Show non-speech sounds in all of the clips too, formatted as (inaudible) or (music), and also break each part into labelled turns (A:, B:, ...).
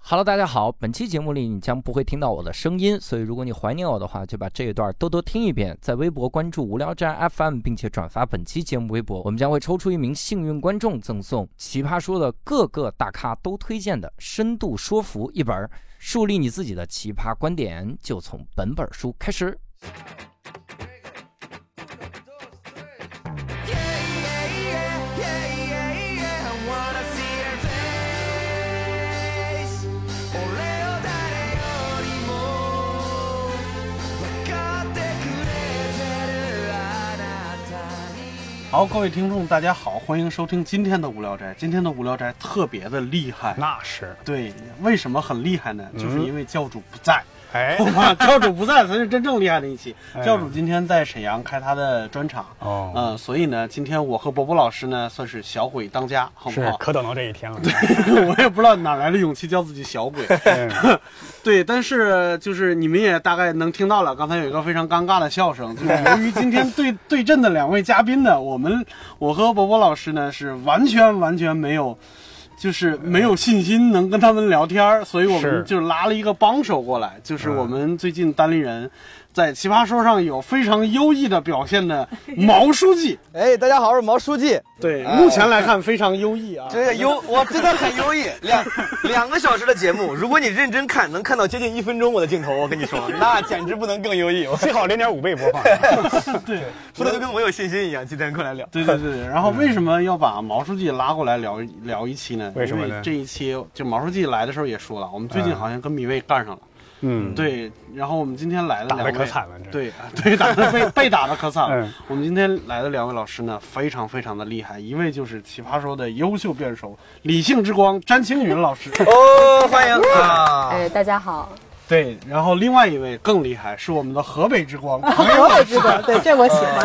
A: Hello，大家好，本期节目里你将不会听到我的声音，所以如果你怀念我的话，就把这一段多多听一遍。在微博关注“无聊斋 FM”，并且转发本期节目微博，我们将会抽出一名幸运观众，赠送《奇葩说》的各个大咖都推荐的《深度说服》一本。树立你自己的奇葩观点，就从本本书开始。
B: 好，各位听众，大家好，欢迎收听今天的《无聊斋》。今天的《无聊斋》特别的厉害，
C: 那是，
B: 对，为什么很厉害呢？
C: 嗯
B: 就是因为教主不在， (laughs)
C: 哎，
B: 哇，教主不在才是真正厉害的一期。
C: 哎
B: 教主今天在沈阳开他的专场，
C: 哦
B: 嗯，所以呢，今天我和波波老师呢算是小鬼当家，好不
C: (laughs) 是
B: 好？
C: 可等到这一天了。
B: (laughs) 我也不知道哪来的勇气叫自己小鬼，
C: 嗯
B: 对，但是就是你们也大概能听到了，刚才有一个非常尴尬的笑声，就是由于今天对 (laughs) 对阵的两位嘉宾呢，我们我和波波老师呢是完全完全没有，就是没有信心能跟他们聊天儿，所以我
C: 是
B: 们就拉了一个帮手过来，就是我们最近单立人在奇葩说上有非常优异的表现的毛书记，
D: 哎，大家好，我是毛书记。
B: 对，目前来看非常优异啊，
D: 这个优，我真的很优异。两两个小时的节目，如果你认真看，能看到接近一分钟我的镜头。我跟你 (laughs) 说，那简直不能更优异。我
C: 最好零点五倍播放。啊
B: 对。
D: 说的就跟我有信心一样。今天过来聊，
B: 对对
C: (laughs)
B: 对，然后为什么要把毛书记拉过来聊一聊一期呢？
C: 为什么呢
B: 因这一期就毛书记来的时候也说了，我们最近好像跟米未干上了。
C: 嗯，，
B: 对，然后我们今天来的
C: 打
B: 两
C: 得
B: 位
C: 可惨了这
B: 对 (laughs) 啊对，打的被被打的可惨了。
C: 嗯
B: 我们今天来的两位老师呢，非常非常的厉害，一位就是《奇葩说》的优秀辩手、理性之光詹青云老师，
D: 哦，欢迎啊！
E: 哎，大家好，
B: 对，然后另外一位更厉害，是我们的河北之光庞
E: 我也知道，对，这我喜欢。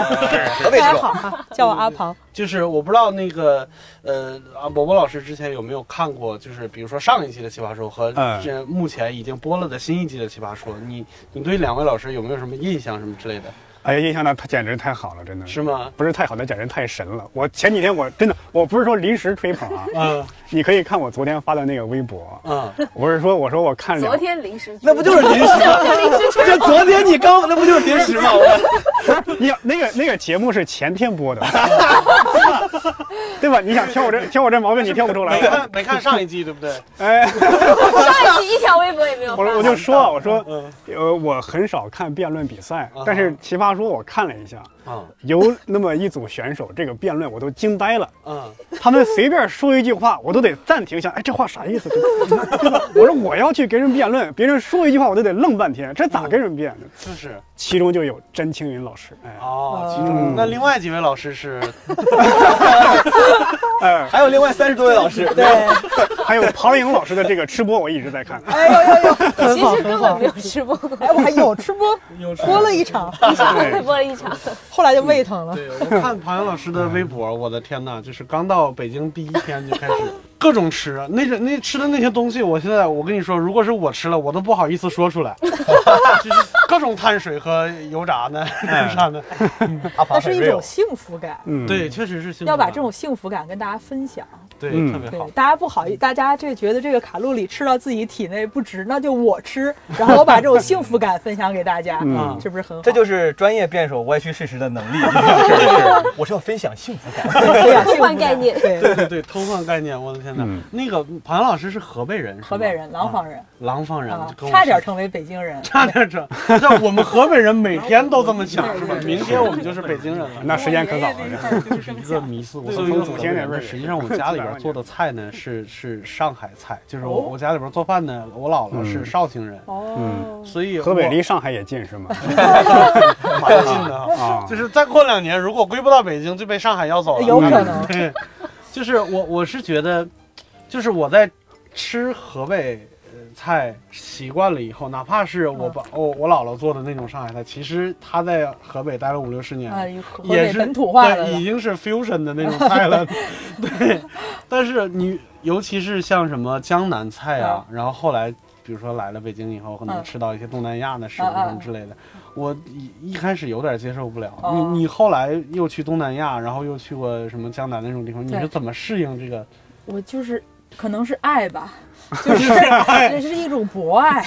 D: 河北
E: 大
D: 这
E: 家好
D: 个
E: 啊，叫我阿庞。
B: 就是我不知道那个呃，啊，伯伯老师之前有没有看过？就是比如说上一期的《奇葩说》和
C: 嗯
B: 这目前已经播了的新一季的《奇葩说》，你你对两位老师有没有什么印象什么之类的？
C: 哎呀，印象呢，他简直太好了，真的
B: 是吗？
C: 不是太好，那简直太神了。我前几天我真的，我不是说临时吹捧啊，
B: 嗯
C: 你可以看我昨天发的那个微博，
B: 嗯，
C: 我是说，我说我看
F: 昨
C: 两，
F: 天临时，
D: 那不就是临时吗？这昨天你刚，那不就是临时吗？
E: (laughs)
D: 我
C: 你想那个那个节目是前天播的，对吧？你想挑我这挑我这毛病，你挑不出
B: 没
C: 来。啊
B: 看没看上一季对不对？
C: 哎，
D: (laughs)
F: 上一期一条微博也没有发
C: 我，我就说，我说
B: 嗯，
C: 呃，我很少看辩论比赛
B: 啊哈，
C: 但是奇葩说我看了一下，
B: 嗯
C: 有那么一组选手，这个辩论我都惊呆了。
B: 嗯，
C: 他们随便说一句话，我都得暂停一下。哎，这话啥意思？ (laughs) 我说我要去跟人辩论，别人说一句话我都得愣半天，这咋跟人辩呢？
B: 就是
C: 其中就有甄青云老师，
E: 啊
C: 哎，
B: 哦，其中那另外几位老师是
C: 哎，
D: 还有另外三十多位老师，
E: 对，
C: 还有庞颖老师的这个吃播，我一直
E: (laughs)
C: 在看。
E: 哎呦呦呦，
F: 其
E: 很好
F: 实根
E: 很
F: 本
E: 好
F: 没。有吃播，
E: 哎，我还有吃播，播了一 (laughs) 场，
F: 微
C: 对，
F: 播了
D: (laughs)
F: 一场，
E: 后来就胃疼了。
B: 对，我看庞阳老师
C: 嗯
B: 的微博，我的天呐，就是刚到北京第一天就开始各种吃，那个那吃的那些东西，我现在我跟你说，如果是我吃了，我都不好意思说出
C: (laughs)
B: 来，就是各种碳水和油炸的
C: 哎
B: (laughs) 啥的。
E: 那是一种幸福感，
C: 嗯，
B: 对，，确实是幸福感
E: 要把这种幸福感跟大家分享。
B: 对
C: 嗯
B: 特别
E: 对
B: 好，。
E: 大家不好意，大家这觉得这个卡路里吃到自己体内不值，那就我吃， (laughs) 然后我把这种幸福感分享给大家，
C: 嗯
E: 是不是很好？
D: 这就是专业辩手歪曲事实的 (laughs) 能力。是我是要分享幸福感。
E: (laughs) 分享幸
F: 互
E: 福
F: 换
E: 感
F: 概念。
E: 对，
B: 对对对，偷换概念，我的天呐，
C: 嗯
B: 那个庞阳老师是河北人，是吗
E: 河北人，廊坊，人
B: 啊廊坊人
E: 啊，，
B: 跟我
E: 差点
B: 是
E: 成为北京人。
B: 差点成， (laughs) 那我们河北人每天都这么想，是吧？明天我们就是北京人了。
C: 那时间可早了。
E: 哦
B: 一个迷思。我
C: 对
B: 作为一个
C: 从
B: 河
C: 祖
B: 北
C: 先那
B: 人，
C: 边
B: 但
C: 儿
B: 实际上我家里边做的菜呢是是上海菜，就是我
E: 哦
B: 我家里边做饭呢，我姥姥是
C: 嗯
B: 绍兴人，
E: 哦，
B: 所以
C: 河北
B: 我
C: 离上海也近是吗？
E: (laughs)
B: 蛮近的啊。
C: 啊
B: (laughs) 就，是再过两年，如果归不到北京，就被上海要走了，
E: 有可能
B: (laughs) 对，就是我我是觉得，就是我在吃河北呃菜习惯了以后，哪怕是
E: 嗯
B: 我把哦我我姥姥做的那种上海菜，其实她在河北待了五六十年了
E: 啊，有河
B: 也
E: 北
B: 是
E: 本土化
B: 对
E: 了
B: 已经是 fusion 的那种菜
E: (laughs)
B: 了。对，但是你尤其是像什么江南菜啊，然后后来比如说来了北京以后，可能
E: 嗯
B: 吃到一些东南亚的食物
E: 嗯嗯
B: 什么之类的，我一一开始有点接受不了。
E: 哦
B: 你你后来又去东南亚，然后又去过什么江南那种地方，你
E: 对
B: (laughs) 是怎么适应这个？ (laughs)
E: 我就是可能是爱吧，就是这是一种博爱，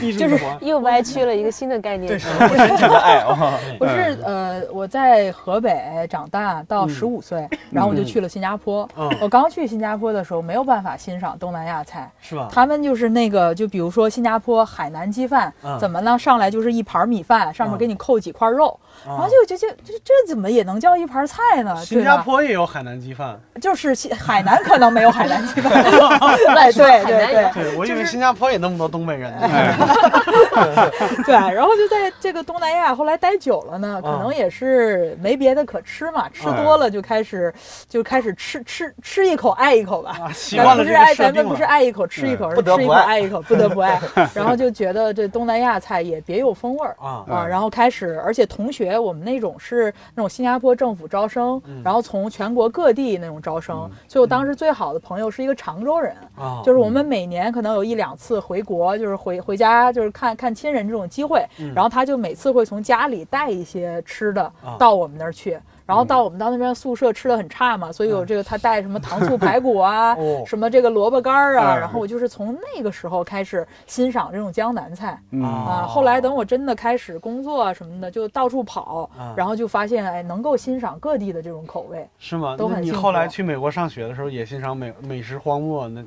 B: 艺术
E: 就
B: 的
E: 是
B: 活
E: (laughs)
B: 儿
F: 又歪曲了一个新的
B: (laughs)
F: 概念。
B: 啊
E: 我是呃，我在河北长大到十五岁，然后我就去了新加坡。
B: 嗯
E: 我刚去新加坡的时候，没有办法欣赏东南亚菜，
B: 是吧？
E: 他们就是那个，就比如说新加坡海南鸡饭，
B: 嗯
E: 怎么呢？上来就是一盘米饭，上面给你扣几块肉，
B: 啊
E: 然后就就就这这怎么也能叫一盘菜呢？
B: 新
E: 对
B: 加
E: 吧？
B: 坡也有海南鸡饭，
E: 就是新海南可能没有海南
B: (laughs)
E: 鸡饭， (laughs) 对对对对。
B: 对我以
E: (laughs) 就
B: 为
E: 是
B: 新加坡也那么多东北人
E: (laughs)
B: 呢。
C: 啊
B: (laughs)
E: 对，然后就在这个东南亚后来待久了呢，
B: 啊
E: 可能也是没别的可吃嘛，吃
B: 哎
E: 多了就开始就开始吃吃吃一口爱一口吧。
B: 啊，习
E: 咱
B: 惯
E: 们
B: 了这
E: 不是
B: 个
E: 爱，
B: 设
E: 咱
B: 定
E: 们不是
B: 了。嗯
E: 爱一口吃一口，而是吃一口爱一口，不得不
B: (laughs)
E: 爱。然后就觉得这东南亚菜也别有风味儿
B: 啊
C: 哎
E: 啊。
C: 嗯
E: 然后开始，而且同学我们那种是那种新加坡政府招生，
B: 嗯
E: 然后从全国各地那种招生，所以我当时最好的朋友是一个常州人，
D: 哦
B: 啊，
E: 就是我们每年可能有一两次回国，就是回回家就是看看亲人这种机会，
B: 嗯
E: 然后他就每次会从家里带一些吃的
B: 啊嗯
E: 到我们那儿去。然后到我们到那边宿舍吃的很差嘛，所以有这个他带什么糖
B: (laughs)
E: 醋排骨啊
B: 哦，
E: 什么这个萝卜干儿啊，
C: 嗯
E: 然后我就是从那个时候开始欣赏这种江南菜
B: 哦
C: 嗯，
E: 啊。后来等我真的开始工作啊什么的，就到处跑
B: 啊，
E: 然后就发现哎，能够欣赏各地的这种口味，
B: 是吗？
E: 都
B: 那
E: 很
B: 你
E: 幸
B: 后来
E: 福
B: 去美国上学的时候也欣赏美美食荒漠，那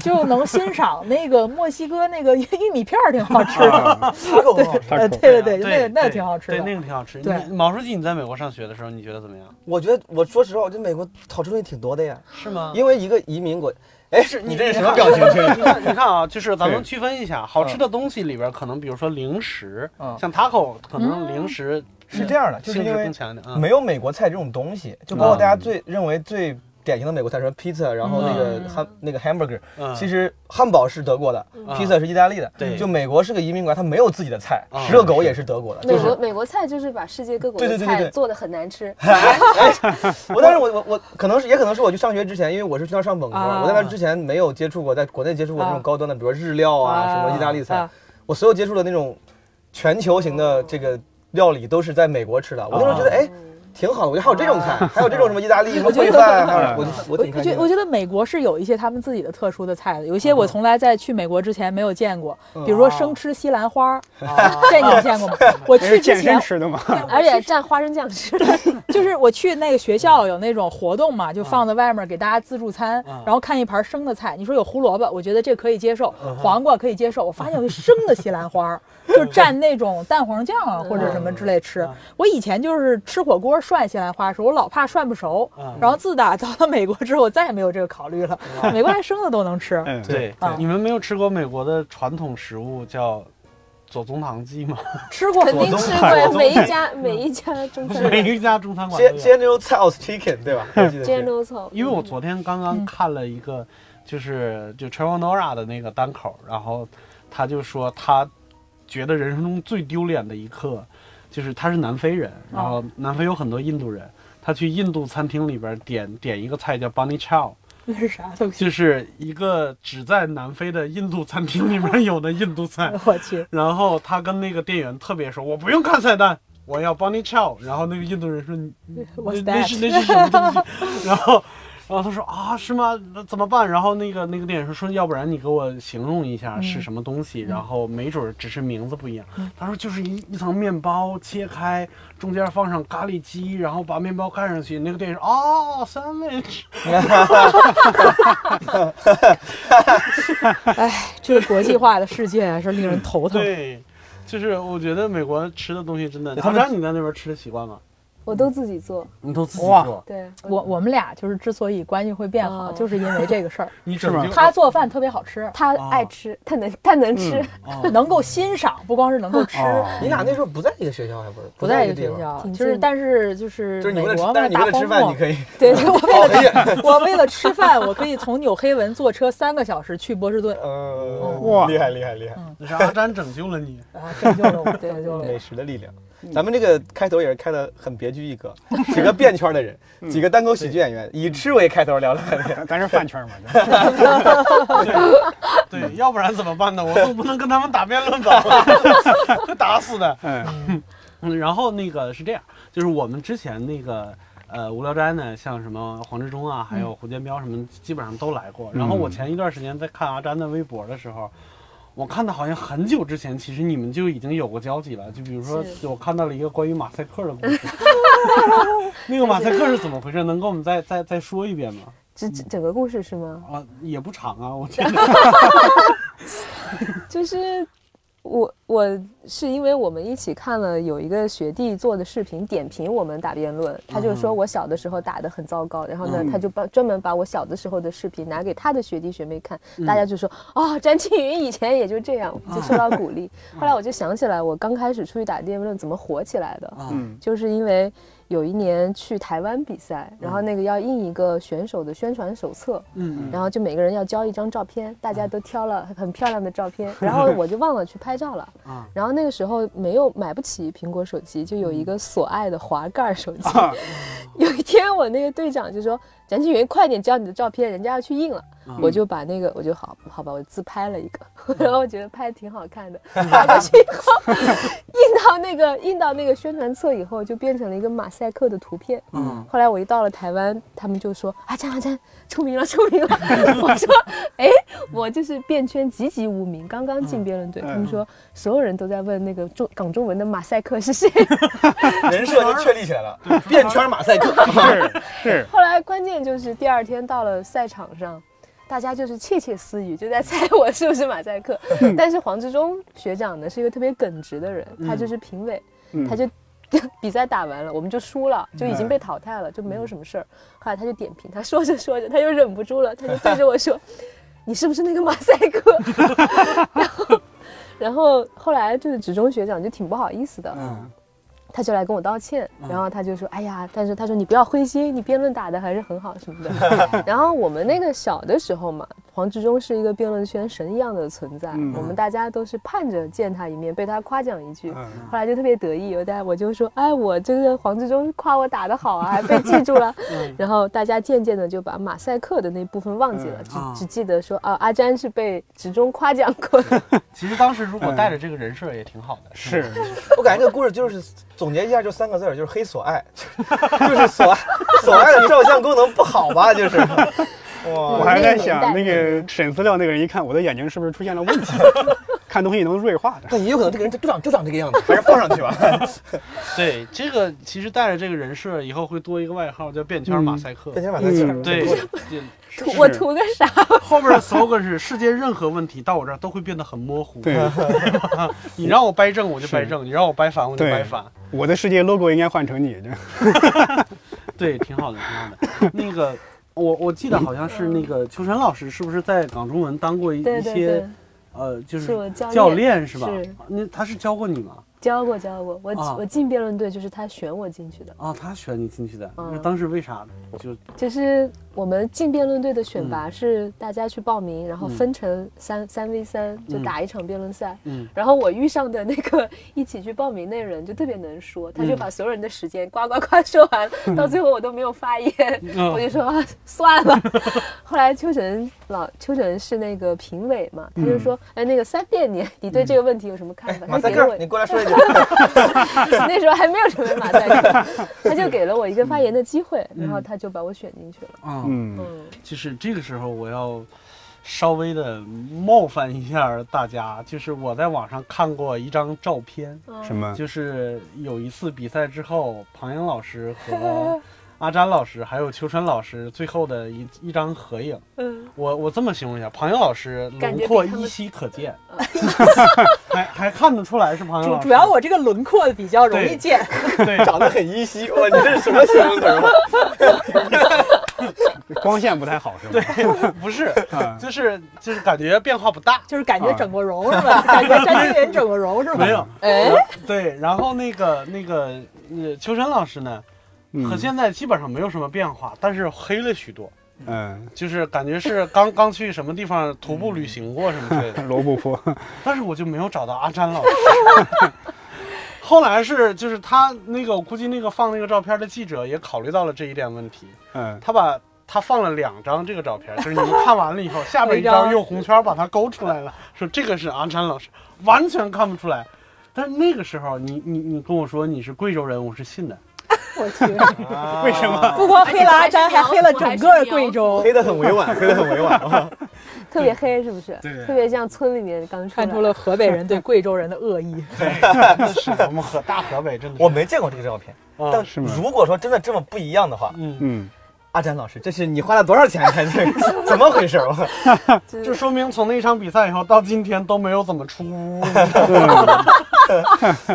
E: 就能欣赏那个墨西哥那个 (laughs) 玉米片儿挺好吃的。
D: 这个很好吃
C: 太
E: 呃，对对对，那
B: 对
E: 个那个挺好吃
B: 对，那
E: 的。
B: 个挺好吃。
E: 对
B: 你毛书记，你在美国上学的时候，你觉得怎么样？
D: 我觉得，我说实话，我觉得美国 (laughs) 好吃东西挺多的呀，
B: 是吗？
D: 因为一个移民国。哎，是你这是什么
B: (laughs)
D: 表情？
B: 你看，你看啊，就是咱们
C: 对
B: 区分一下，好吃的东西里边，可能比如说零食，
D: 嗯
B: 像 taco，可能零食
E: 嗯
D: 是这样的，就是
B: 嗯性质
D: 因为
B: 更强一点啊。啊
D: 没有美国菜这种东西，就包括大家最认为最典型的美国菜，什么 pizza，然后那个
E: 嗯
D: 汉那个 hamburger，
B: 嗯
D: 其实汉堡是德国的
B: 嗯
D: ，pizza 是意大利的
B: 对，
D: 就美国是个移民国家，它没有自己的菜
B: 啊，
D: 热狗也是德国的，
F: 美
D: 就是
F: 国美国菜就是把世界各国
D: 对
F: 的
D: 对对对哎
F: 菜
D: 对
F: 做的很难吃，
D: (laughs)
B: 哎
D: 哎我但是我我我可能是也可能是我去上学之前，因为我是去那儿上本科，
E: 啊
D: 我在那儿之前没有接触过，在国内接触过这种
E: 啊
D: 高端的，比如说日料啊，
E: 啊
D: 什么意大利菜
E: 啊，
D: 我所有接触的那种全球型的这个料理都是在美国吃的。我那时候觉得哎挺好的，我觉得还有这种 (laughs) 菜，还有这种什么意大利什么烩饭，还有我就我
E: 我
D: 挺开心
E: 觉
D: 的。
E: 我觉得美国是有一些他们自己的特殊的菜的，有一些我从来在去美国之前没有见过，比如说生吃西兰花儿，
B: 啊
E: (laughs) 这你见过吗？我
C: 还是
E: 去
C: 健
E: 之
C: 身
E: 前。 (laughs)
C: 吃的嘛。
F: 而且蘸花生酱吃。
E: 就是我去那个学校有那种活动嘛，就放在外面给大家自助餐，
B: 啊
E: 然后看一盘生的菜。你说有胡萝卜，我觉得这可以接受，黄瓜可以接受。我发现有生的西兰花儿，就蘸那种蛋黄酱啊或者什么之类吃
B: 啊。
E: 我以前就是吃火锅涮西兰花的时候，我老怕涮不熟
B: 啊，
E: 然后自打到了美国之后，我再也没有这个考虑了。美国连生的都能吃，
D: 哎
C: 嗯，
B: 对
E: 啊，
B: 你们没有吃过美国的传统食物叫左宗棠鸡吗？
E: 吃过
F: 肯定吃过每一家每一家
B: (laughs)
F: 中餐
B: 每
F: 馆
B: 一家中餐馆都有
D: 先先牛 house 哦 chicken 对 (laughs) 吧？我记得是
F: general 草，
B: 因为我昨天刚刚看了一个，就是就 Trevor Noah 的那个单口，然后他就说他觉得人生中最丢脸的一刻，就是他是南非人，然后南非有很多印度人，他去印度餐厅里边点点一个菜叫 Bunny Chow，
E: 那是啥东西？
B: 就是一个只在南非的印度餐厅里面有的印度菜。
E: 我去，
B: 然后他跟那个店员特别说：“我不用看菜单，我要 Bunny Chow。”然后那个印度人说：“你那
E: What's
B: 那
E: that？
B: 是那是什么东西？”然后，然后他说：“啊，是吗？那怎么办？”然后那个那个店员说：“说要不然你给我形容一下
E: 嗯
B: 是什么东西，然后没准儿只是名字不一样。他说：“就是一一层面包切开，中间放上咖喱鸡，然后把面包盖上去。”那个店员说：“哦，sandwich。
E: (laughs) 哎，这个国际化的世界啊是令人头”疼。
B: 对。就是我觉得美国吃的东西真的，
D: 他
B: 唐
D: 们
B: 山你在那边吃的习惯吗？
F: 我都自己做。
B: 你都自己
D: 哇
B: 做，
F: 对，
E: 我我们俩就是之所以关系会变好，
F: 哦
E: 就是因为这个事儿。
B: 你拯
C: 是吗
B: 救
E: 他做饭特别好吃，
D: 哦
F: 他爱吃，他能他
D: 嗯
F: 能吃，
E: 能够欣赏，不光是能够吃。
B: 哦
D: 你俩那时候不在一个学校还哦不是
E: 不在一个
D: 地
E: 学
D: 方？
E: 校，
F: 挺
E: 就
F: 近
E: 是
F: 的
E: 但是就是
D: 就是你
E: 美
D: 为了吃
E: 国，
D: 但是你
E: 嘛大
D: 为了吃
E: 荒
D: 饭，
E: 漠
D: 你，可以
E: 对， (laughs) 我
D: (laughs)
E: 为了
D: 哎呀，
E: 我为了吃饭，我可以从纽黑文坐车三个小时去波士顿
D: 呃，
C: 哇
D: 厉害厉害厉害，
E: 嗯
B: 那是阿詹拯救了你。
E: 啊，拯救了我，拯救了
D: 美
E: 我。
D: 食的力量。咱们这个开头也是开的很别具一格，几个变圈的人，几个单口喜剧演员，以吃为开头聊了半天。
C: 咱是饭圈嘛，
E: (laughs)
B: 对，要不然怎么办 (laughs) 呢？我总不能跟他们打辩论吧， (laughs) 会打死的。
C: 嗯，
B: 哎嗯，然后那个是这样，就是我们之前那个呃无聊斋呢，像什么黄志忠啊，还有胡建彪什么，基本上都来过。然后我前一段时间在看阿詹的微博的时候。我看到好像很久之前，其实你们就已经有过交集了。就比如说，
F: 是
B: 我看到了一个关于马赛克的故事，那个马赛克是怎么回事？能给我们再再再说一遍吗？
F: 这这整个故事是吗？
B: 啊，也不长啊，我觉 (laughs) 得。
F: 就是我我是因为我们一起看了有一个学弟做的视频点评我们打辩论，他就说我小的时候打得很糟糕，然后呢
B: 嗯
F: 他就把专门把我小的时候的视频拿给他的学弟学妹看，大家就说哦，詹庆云以前也就这样，就受到鼓励。后来我就想起来，我刚开始出去打辩论怎么火起来的，
C: 嗯
F: 就是因为有一年去台湾比赛，然后那个要印一个选手的宣传手册，
B: 嗯
F: 然后就每个人要交一张照片，大家都挑了很漂亮的
B: (laughs)
F: 照片，然后我就忘了去拍照了。
B: 啊，
F: 然后那个时候没有买不起苹果手机，就有一
B: 嗯
F: 个索爱的滑盖手机。
C: 啊，
F: (laughs) 有一天我那个队长就说：“ (laughs) 蒋庆云，快点交你的照片，人家要去印了。
B: 嗯
F: 我就把那个我就好好吧，我自拍了一个， (laughs) 然后我觉得拍的挺好看的， (laughs) 发过去以后印到那个印到那个宣传册以后，就变成了一个马赛克的图片。
B: 嗯
F: 后来我一到了台湾，他们就说：“啊阿詹阿 (laughs) 詹，出名了出名
B: (laughs)
F: 了。”我说：“哎，我就是辩圈籍籍无名，刚刚
B: 嗯
F: 进辩论队。”他们说所有人都在问那个中港中文的马赛克是谁。
D: 人设就确立起来了，变圈马赛克。
C: 是是，
F: (laughs) 后来关键就是第二天到了赛场上，大家就是窃窃私语，就在猜我是不是马赛克。但是黄志忠学长呢是一个特别耿直的人，他就是评委，
C: 嗯
F: 他就 (laughs) 比赛打完了，我们就输了，就已经被淘汰了，就没
C: 嗯
F: 有什么事儿。后来他就点评，他说着说着他就忍不住了，他就对着我说：“你是不是那个马赛克？” (laughs) 然后。然后后来就是职中学长就挺不好意思的，
C: 嗯
F: 他就来跟我道歉，然后他就说：“哎呀，但是他说你不要灰心，你辩论打的还是很好什么的。”然后我们那个小的时候嘛，黄志忠是一个辩论圈神一样的存在，
C: 嗯
F: 我们大家都是盼着见他一面，被他夸奖一句。
C: 嗯
F: 后来就特别得意，我大家我就说，哎，我这个黄志忠夸我打得好啊，还被记住
B: (laughs)
F: 了。
B: 嗯
F: (laughs) 然后大家渐渐的就把马赛克的那部分忘记了，
B: 啊
F: 只只记得说啊，阿詹是被职中夸奖
B: (laughs)
F: 过的。
B: 其实当时如果带着这个人设也挺好的。
C: 是
B: 吧，
D: 我感觉这个故事就是总结一下，就三个字儿，就是黑索爱，就是 (laughs) 索爱索爱的照相功能不好吧？就是，
C: 我
D: 哇，
C: 还在
F: 那个年
C: 想
F: 代
C: 那个审资料那个人一看我的眼睛是不是出现了 (laughs) 问题，看东西能锐化的。
D: 但也有可能这个人就长就长这个样子，还是放上去 (laughs) 吧。
B: 对这个其实带着这个人设以后会多一个外号叫变圈马赛克。
D: 变圈马赛克，
C: 嗯
B: 对，这
F: 图我图个啥？
B: 后边的 slogan 是世界任何问题到我这儿都会变得很模糊。
C: (laughs) 对，
B: 你让我掰正我就掰正，你让我掰反我就
C: 对
B: 掰反。
C: 我的世界 logo 应该换成你这。
B: 对，挺好的，挺好的。那个，我我记得好像是那个秋晨老师，是不是在港中文当过一
F: 对
B: 一
F: 对
B: 些
F: 对，
B: 呃，就是
F: 我教
B: 教
F: 练
B: 练是吧
F: 是？
B: 那他是教过你吗？
F: 教过教过，我、
B: 啊
F: 我进辩论队就是他选我进去的，
B: 啊，他选你进去的，
F: 嗯
B: 那当时为啥就
F: 就是我们进辩论队的
B: 嗯
F: 选拔是大家去报名，然后分成三三 v 三就打一场辩论赛。
B: 嗯
F: 然后我遇上的那个一起去报名那人就特别能说，他就把所有人的时间呱呱呱说完，到最后我都没有发言，
B: 嗯
F: 我就说、啊算了。
E: (laughs)
F: 后来邱晨老邱晨是那个评委嘛，他就说，哎，那个三辩你你对这个问题有什么看
D: (laughs)
F: 法？
D: 马
F: 他
D: 赛
F: 就给了
D: 克
F: 我，
D: 你过来说一句，
F: (laughs) 那时候还没有成为马赛克，他就给了我一个发言的机会，然后他就把我选进去了。
B: 啊？
C: 嗯，
F: 嗯，
B: 就是这个时候我要稍微的冒犯一下大家，就是我在网上看过一张照片，
C: 什
E: 嗯
C: 么？
B: 就是有一次比赛之后，庞阳老师
F: (laughs)
B: 和阿詹老师还有秋春老师最后的一一张合影。
F: 嗯，
B: 我我这么形容一下，庞阳老师轮
F: 感觉
B: 廓
F: 比他们嗯
B: 依稀可见， (laughs) 还还看得出来是庞阳
E: 主
B: 老师。
E: 主要我这个轮廓比较容易
B: 对
E: 见， (laughs)
B: 对
D: 长得很依稀，哇，你这是什么形容词儿吗？
C: 光线不太好是吧？
B: (laughs) 不是，
C: 啊
B: 就是就是感觉变化不大。
E: 就是感
B: 啊
E: 觉整过容是吧？感觉詹俊云整过容是
B: (laughs)
E: 吧？
B: 没有，
E: 哎，
B: 对，然后那个那个呃，秋晨老师呢，
C: 嗯
B: 和现在基本上没有什么变化，但是黑了许多，
C: 嗯，
B: 就是感觉是刚 (laughs) 刚去什么地方徒步旅行过什么之类的。
C: 罗布 (laughs) 泊。
B: (laughs) 但是我就没有找到阿詹老师。 (laughs) 后来是就是他那个，我估计那个放那个照片的记者也考虑到了这一点问题，
C: 嗯，
B: 他把他放了两张这个照片，就是你们看完了以后，下 (laughs) 面一张用红圈把它勾出来了，说这个是阿詹老师，完全看不出来。但是那个时候你你你跟我说你是贵州人，我是信的。
E: 我去，
B: (laughs)
D: 啊
C: 为什么？
E: 不光黑了阿
F: 而
E: 詹，
F: 且我还
E: 还
F: 是
E: 黑了
F: 描我
E: 整
F: 还
E: 个
F: 是
E: 贵州。
D: 黑的很委婉，黑的很委婉。啊
F: 特别黑是不是？
B: 对
F: 特别像村里面刚出来
E: 看出了河北人对贵州人的恶意。 (laughs)
B: 是我们河大河北真的是
D: 我没见过这个照片，但
C: 是吗
D: 如果说真的这么不一样的话，
B: 嗯，
C: 嗯，
D: 阿展老师，这是你花了多少钱看这个？ (laughs) 怎么回事儿？我
F: 就
B: 就是说明从那场比赛以后到今天都没有怎么出
C: (laughs)
B: 屋，
C: 嗯
B: (laughs)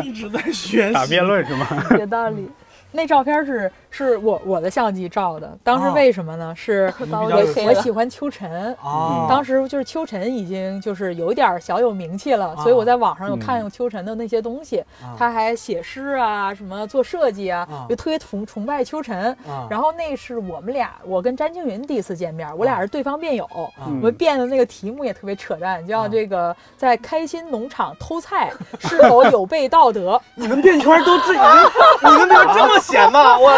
B: 一直在学
C: 打
B: 习。
C: 辩论是吗？
F: 有道理，
E: 那照片是是我我的相机照的，当时
B: 哦
E: 为什么呢？是
F: 快把
B: 比
F: 我
B: 较
F: 给
B: 有
F: 黑
E: 我
F: 了。
E: 喜欢秋晨。
D: 哦嗯
B: 啊，
E: 当时就是秋晨已经就是有点小有名气了，所以
B: 哦
E: 我在网上有
B: 嗯
E: 看秋晨的那些东西，
B: 啊
E: 他还写诗啊，什么做设计啊，
B: 啊
E: 就特别崇崇拜秋晨。
D: 嗯
B: 啊
E: 然后那是我们俩，我跟詹青云第一次见面，
B: 啊
E: 我俩是对方辩友，
C: 嗯
E: 我们辩的那个题目也特别扯
B: 啊
E: 淡，叫这个在开心农场偷菜
B: (laughs)
E: 是否有悖道德。
D: 你们辩圈都这，你们你们辩这么闲吗？我，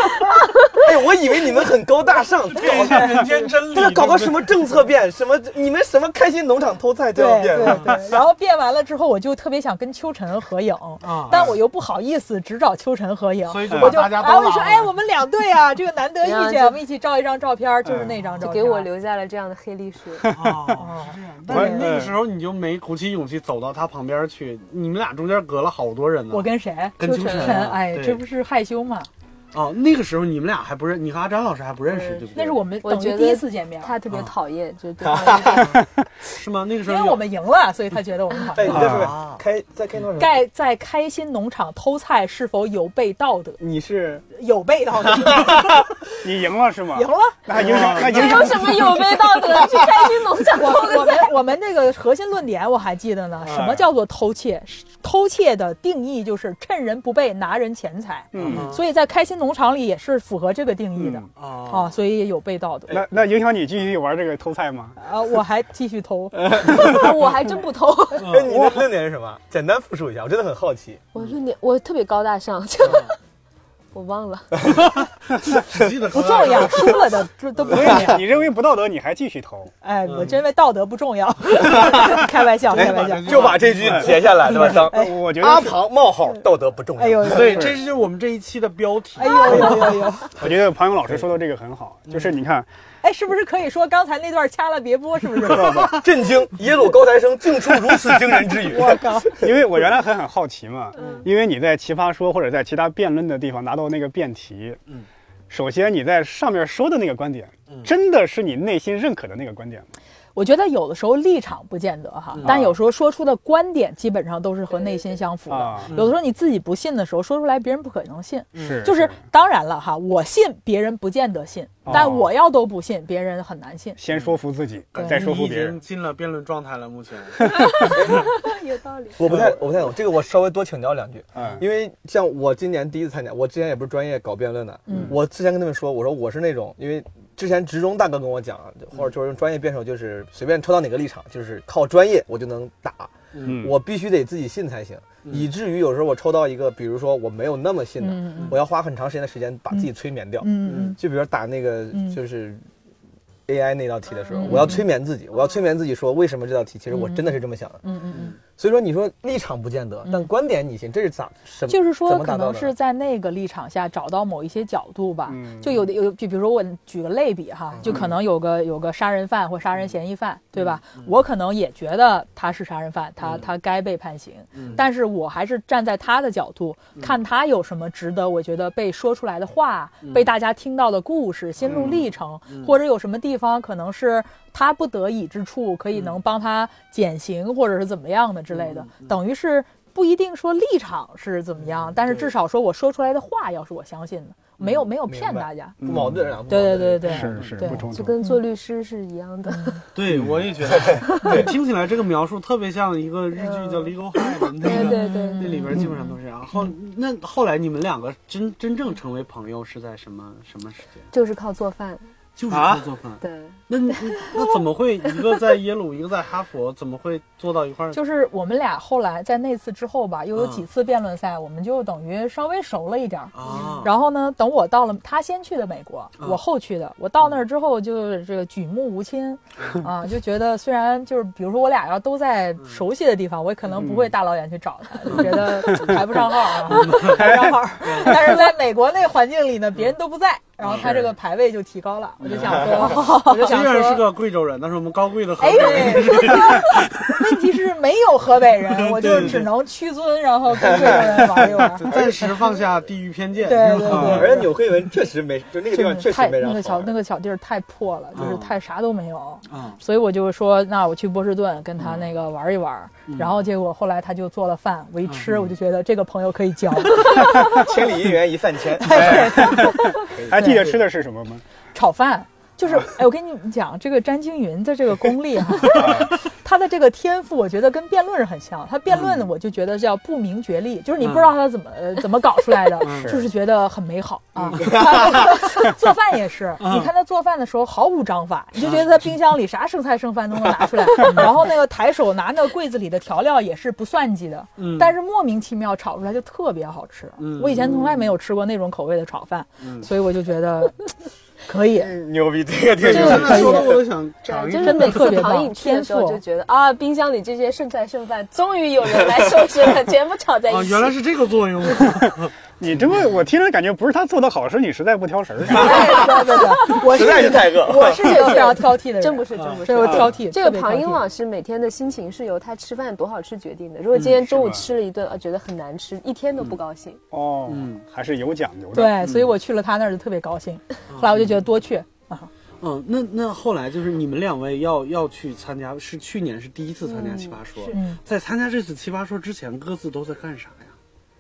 D: 哎，我以为你们很高大上，
B: 这
D: 搞
B: 是人间真理，
D: 这个搞个什么政策辩，什么你们什么开心农场偷菜这
E: 对
D: 样
E: 对
D: 辩，
E: 对，然后辩完了之后，我就特别想跟秋晨合影，
B: 啊？
E: 但我又不好意思只找秋晨合影，
B: 所以就
C: 嗯
E: 我
B: 把
E: 就
B: 大家
E: 哎，
B: 都
E: 我就说
B: 拉
E: 哎，
B: 了
E: 我们两队啊，这个难得
F: 然
E: 遇
F: 后
E: 见，
F: 就
E: 我们一起照一张照片，
B: 嗯
E: 就是那张照
F: 就
E: 片，
F: 给我留下了这样的黑历史。
C: (laughs) 嗯
B: 啊，是这样。但是
E: 对
B: 那个时候你就没鼓起勇气走到他旁边去，你们俩中间隔了好多人呢。
E: 我跟谁？
B: 跟
F: 秋
B: 秋
F: 晨
B: 晨啊，
E: 哎，
B: 对
E: 这不是害羞吗？
B: 哦，那个时候你们俩还不认，你和阿詹老师还不认识，
F: 不认识
B: 对不对？
E: 那是我们
F: 我
E: 等
F: 觉
E: 于
F: 得
E: 第一次见面，
F: 他特别
B: 啊
F: 讨厌，就是
B: (laughs)
F: 对方有一种
B: 是吗？那个时
E: 因
B: 候
E: 为
B: 有
E: 我们赢了，所以他觉得我们好
D: 哎，。你这是
B: 啊
D: 开在开多少？
E: 盖在开心农场偷菜是否有悖道德？
D: 你是
E: 有悖道德， (laughs)
C: 你赢了是嗯吗？
E: 赢了。
C: 那还影响，那
F: 这
C: 影
F: 有
C: 响
F: 什么有悖道德？
E: (laughs)
F: 去开心农场偷
E: 我
F: 个
E: 我
F: 菜
E: 们，我们这个核心论点我还记得呢，什么叫做偷窃？偷窃的定义就是趁人不备拿人钱财，
C: 嗯，
E: 所以在开心农场里也是符合这个定义的
C: 嗯
E: 啊，
B: 啊，
E: 所以也有悖道德。
C: 那那影响你继续玩这个偷菜吗？ (laughs)
E: 啊，我还继续偷，
F: (laughs) 我还真不偷。
D: 哎，你的论点是什么？简单复述一下，我真的很好奇。
F: 我说你，我特别高大上， (laughs)
B: 嗯
F: 我忘了。
B: 只记得
E: 不
B: 和
E: 重要，输了的这都不
C: 所
E: 重
C: 以你
E: 要。
C: 你认为不道德，你还继续偷？
E: 哎，我真为道德不 (laughs) 重要，开玩笑，开玩笑。
D: 哎就把这句截下来，对吧？当
E: 哎
C: 我觉得
D: 阿
C: 是，
D: 庞冒号道德不重要。
E: 哎呦，
B: 对，这是我们这一期的标题
E: 哎。呦呦呦呦！
C: 我觉得庞勇老师说的这个很好，就是你看，
E: 哎，是不是可以说刚才那段掐了别播？
D: (laughs)
E: 是不是？
D: 震惊！耶鲁高材生竟出如此惊人之语。
E: 我靠！
C: (laughs) 因为我原来很很好奇嘛，
E: 嗯
C: 因为你在奇葩说或者在其他辩论的地方拿到那个辩题，
B: 嗯
C: 首先你在上面说的那个观点，真的是你内心认可的那个观点吗？
E: 我觉得有的时候立场不见得哈，但有时候说出的观点基本上都是和内心相符的。
C: 啊，
E: 有的时候你自己不信的时候，说出来别人不可能信。
C: 是，
E: 就是当然了哈，我信别人不见得信，但
C: 哦
E: 我要都不信，别人很难信。
C: 先说服自己，
E: 对
C: 再说
B: 你
C: 服
B: 已
C: 别人
B: 经。进了辩论状态了，目前。
F: (laughs) 有道理。
D: 我不太我不太懂这个，我稍微多请教两句。
C: 嗯，
D: 因为像我今年第一次参加，我之前也不是专业搞辩论的，
E: 嗯
D: 我之前跟他们说，我说我是那种，因为之前职中大哥跟我讲，或者就是专业辩手，就是随便抽到哪个立场，就是靠专业我就能打，
C: 嗯
D: 我必须得自己信才行，以至于有时候我抽到一个，比如说我没有那么信的，
E: 嗯嗯
D: 我要花很长时间的时间把自己催眠掉，
E: 嗯
D: 就比如打那个
E: 嗯
D: 就是 AI 那道题的时候，
E: 嗯
D: 我要催眠自己，我要催眠自己说为什么这道题，其实我真的是这么想的。
E: 嗯嗯嗯
D: 所以说，你说立场不见得，
E: 嗯
D: 但观点你信，这是咋什
E: 嗯，
D: 么？
E: 就是说
D: 怎么
E: 可
D: 达到
E: 能
D: 的
E: 是在那个立场下找到某一些角度吧。
C: 嗯
E: 就有的有，就比如说我举个类比哈，就可能有个有个杀人犯或杀人嫌疑犯，对吧？
C: 嗯
E: 我可能也觉得他是杀人犯，他他该被判刑，
C: 嗯
E: 但是我还是站在他的角度看他有什么值得我觉得被说出来的话，被大家听到的故事、心路历程，或者有什么地方可能是他不得已之处，可以能帮他减刑或者是怎么样的之类的，等于是。不一定说立场是怎么样，但是至少说我说出来的话要是我相信的，没有没有
D: 明
E: 骗
D: 白
E: 大家。
D: 不矛盾啊？不矛
E: 嗯对
D: 盾
E: 对对对对，
C: 是是
E: 对
C: 不冲
F: 就
C: 突。
F: 跟做律师是一样的，
B: (laughs) 对，
F: 嗯
B: 我也觉
F: (laughs)
B: 得。对，听起来这个描述特别像一个日剧叫《Legal High》的那
F: 嗯对
B: 个。
F: 对对，
B: 那里边基本上都是这样。后那后来你们两个真真正成为朋友是在什么什么时间？
F: 就是靠做饭。
B: 就是
C: 啊
B: 在做饭。
F: 对，
B: 那你那怎么会一个在耶鲁，一个在哈佛，怎么会做到一块儿？
E: 就是我们俩后来在那次之后吧，又有
B: 嗯
E: 几次辩论赛，我们就等于稍微熟了一点儿。
B: 啊，
E: 然后呢，等我到了，他先去的美国，
B: 嗯
E: 我后去的。我到那儿之后，就是这个举目无亲，
B: 嗯
E: 啊，就觉得虽然就是，比如说我俩要都在熟悉的地方，我也可能
B: 嗯
E: 不会大老远去找他，就
B: (laughs)
E: 觉得排不上号啊，
B: 嗯
E: (laughs) 排不上号。但是在美国那环境里呢，别人都
B: 嗯
E: 不在，然后他这个排位就提高了。我就想说，我就
B: 虽
E: 想
B: 然是
E: 说。
B: 个贵州人，但是我们高贵的河
E: 哎
B: 北人。，
E: 问题是没有河北
D: (laughs)
E: 人，我就
B: 对对
E: 只能屈尊，然后跟贵州人玩
D: (laughs)
E: 一玩。
B: 就暂时放下地域偏见，
E: 对
B: 是吧
E: 对对
D: 而且纽黑文确实没，就那个地
E: 就
D: 方确
E: 是
D: 实
E: 太
D: 没
E: 那
D: 让
E: 个
D: 好啊
E: 小
D: 玩
E: 那个小地儿太破了，就是
B: 嗯
E: 太啥都没有。
B: 啊，
E: 所以我就说，那我去波士顿跟
D: 嗯
E: 他那个玩一玩，然后结果后来他就做了饭，我一
D: 啊嗯
E: 吃我就觉得这个朋友可以交，
D: (laughs) 千里姻缘一饭
E: (laughs)
D: 钱。哎
C: 还记哎得吃的是什么吗？
E: 炒饭。就是，哎，我跟你讲，这个詹青云的这个功力哈、他的这个天赋，我觉得跟辩论是很像。他辩论，我就觉得叫不明觉厉，就是你不知道他怎么、呃怎么搞出来的， (laughs) 就是觉得很美好啊。 (laughs) 做饭也是，你看他做饭的时候毫无章法，你就觉得他冰箱里啥剩菜剩饭都能拿出来， (laughs) 然后那个抬手拿那个柜子里的调料也是不算计的，
B: 嗯
E: 但是莫名其妙炒出来就特别好吃。
B: 嗯
E: 我以前从来没有吃过那种口味的炒饭，
B: 嗯
E: 所以我就觉得可以。
C: 哎
D: 牛逼，这个挺
B: 这
D: 牛
B: 个
D: 逼
B: 现在说的我都想尝一
F: 就
B: 尝。
F: 是每
E: 特
F: 次
E: 别棒
F: 唐颖去的时候
E: 天赋
F: 就觉得啊，冰箱里这些剩菜剩饭终于有人来收拾了，全部炒在
B: 啊，
F: 一起
B: 原。来是这个作用啊！
C: 你这么我听着感觉不是他做的好，是你实在不挑食儿。
E: 对对对对，我
D: 实在是
E: 是
D: 太饿。
E: 我是一个非常挑剔的
F: (laughs)
E: 人，
F: 真
B: 嗯
F: 不是，真不是
E: 这。个挑剔。
F: 这个
E: 特别挑
F: 庞英
E: 剔
F: 老师每天的心情是由他吃饭多好吃决定的。如果今天中午吃了一顿，啊，觉得很难吃，一天都不高兴。
C: 哦
B: 嗯，
C: 还是有讲究的。，
E: 对，所以我去了他那儿就特别高兴。后来我就觉得多去，
B: 嗯，那那后来就是你们两位要要去参加，是去年是第一次参加奇葩说，
E: 嗯，
B: 在参加这次奇葩说之前，各自都在干啥呀？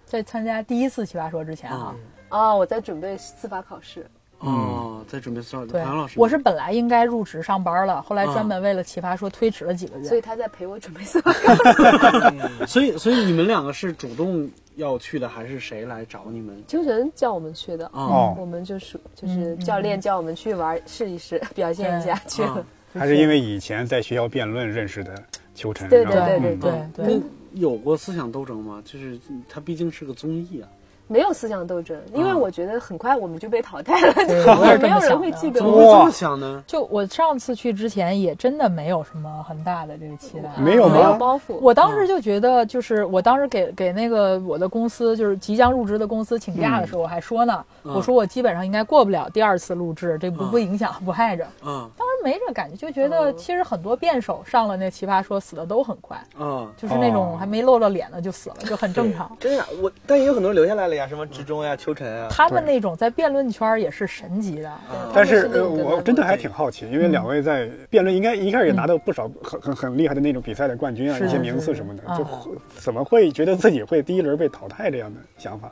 E: 在参加第一次奇葩说之前啊，
B: 嗯
E: 嗯
F: 啊，我在准备司法考试，
B: 哦，在准备司法。
E: 对
B: 唐老，师，
E: 我是本来应该入职上班了，后来专
B: 嗯
E: 门为了奇葩说推迟了几个
F: 所
E: 月。
F: 以他在陪我准备司法考试。
B: (laughs) 所以所以你们两个是主动要去的，还是谁来找你们？
F: (laughs) 精神叫我们去的，
B: 哦
F: 我们就是就是教练叫我们去玩试一 (laughs) 试，表现一下去
B: 啊
F: 了。
C: 还是因为以前在学校辩论认识的秋晨。
F: 对
C: 然后嗯
F: 对
D: 嗯
E: 对对
B: 那
E: 对，
B: 有过思想斗争吗？就是他毕竟是个综艺啊，
F: 没有思想斗争，因
C: 嗯
F: 为
B: 啊
F: 我觉得很快我们就被淘汰了，
E: 对我也是这
F: 没
E: 么
F: 有
E: 想
F: 人
E: 的
F: 会记
B: 怎
F: 得
B: 么
F: 我。
B: 会这么想呢？
E: 就我上次去之前也真的没有什么很大的这个期待。
C: 没有吗
F: 没有包袱，
E: 我当时就觉得，就是我当时给给那个我的公司，就是即将入职的公司请假的时候，我还说呢，
B: 嗯
E: 我说我基本上应该过不了第二次录制，这不不影响，不害着。
B: 啊
E: 当时没这感觉，就觉得其实很多辩手上了那奇葩说死的都很快，
B: 啊，
E: 就是那
C: 哦
E: 种还没露着脸呢就死了，就很正常。嗯
D: 真的，啊我但也有很多人留下来了呀，什么之中呀、秋晨啊，
E: 他们那种在辩论圈儿也是神级的，
C: 但是
F: 他们
C: 呃，
F: 另一个
C: 我真的还挺好奇，
E: 嗯
C: 因为两位在辩论应该一开始也拿到不少很很很厉害的那种比赛的冠军啊，
E: 是
C: 一些
E: 的
C: 名
E: 是
C: 次
E: 的
C: 什么的，
E: 啊
C: 就会怎么会觉得自己会第一轮被淘汰这样的想法？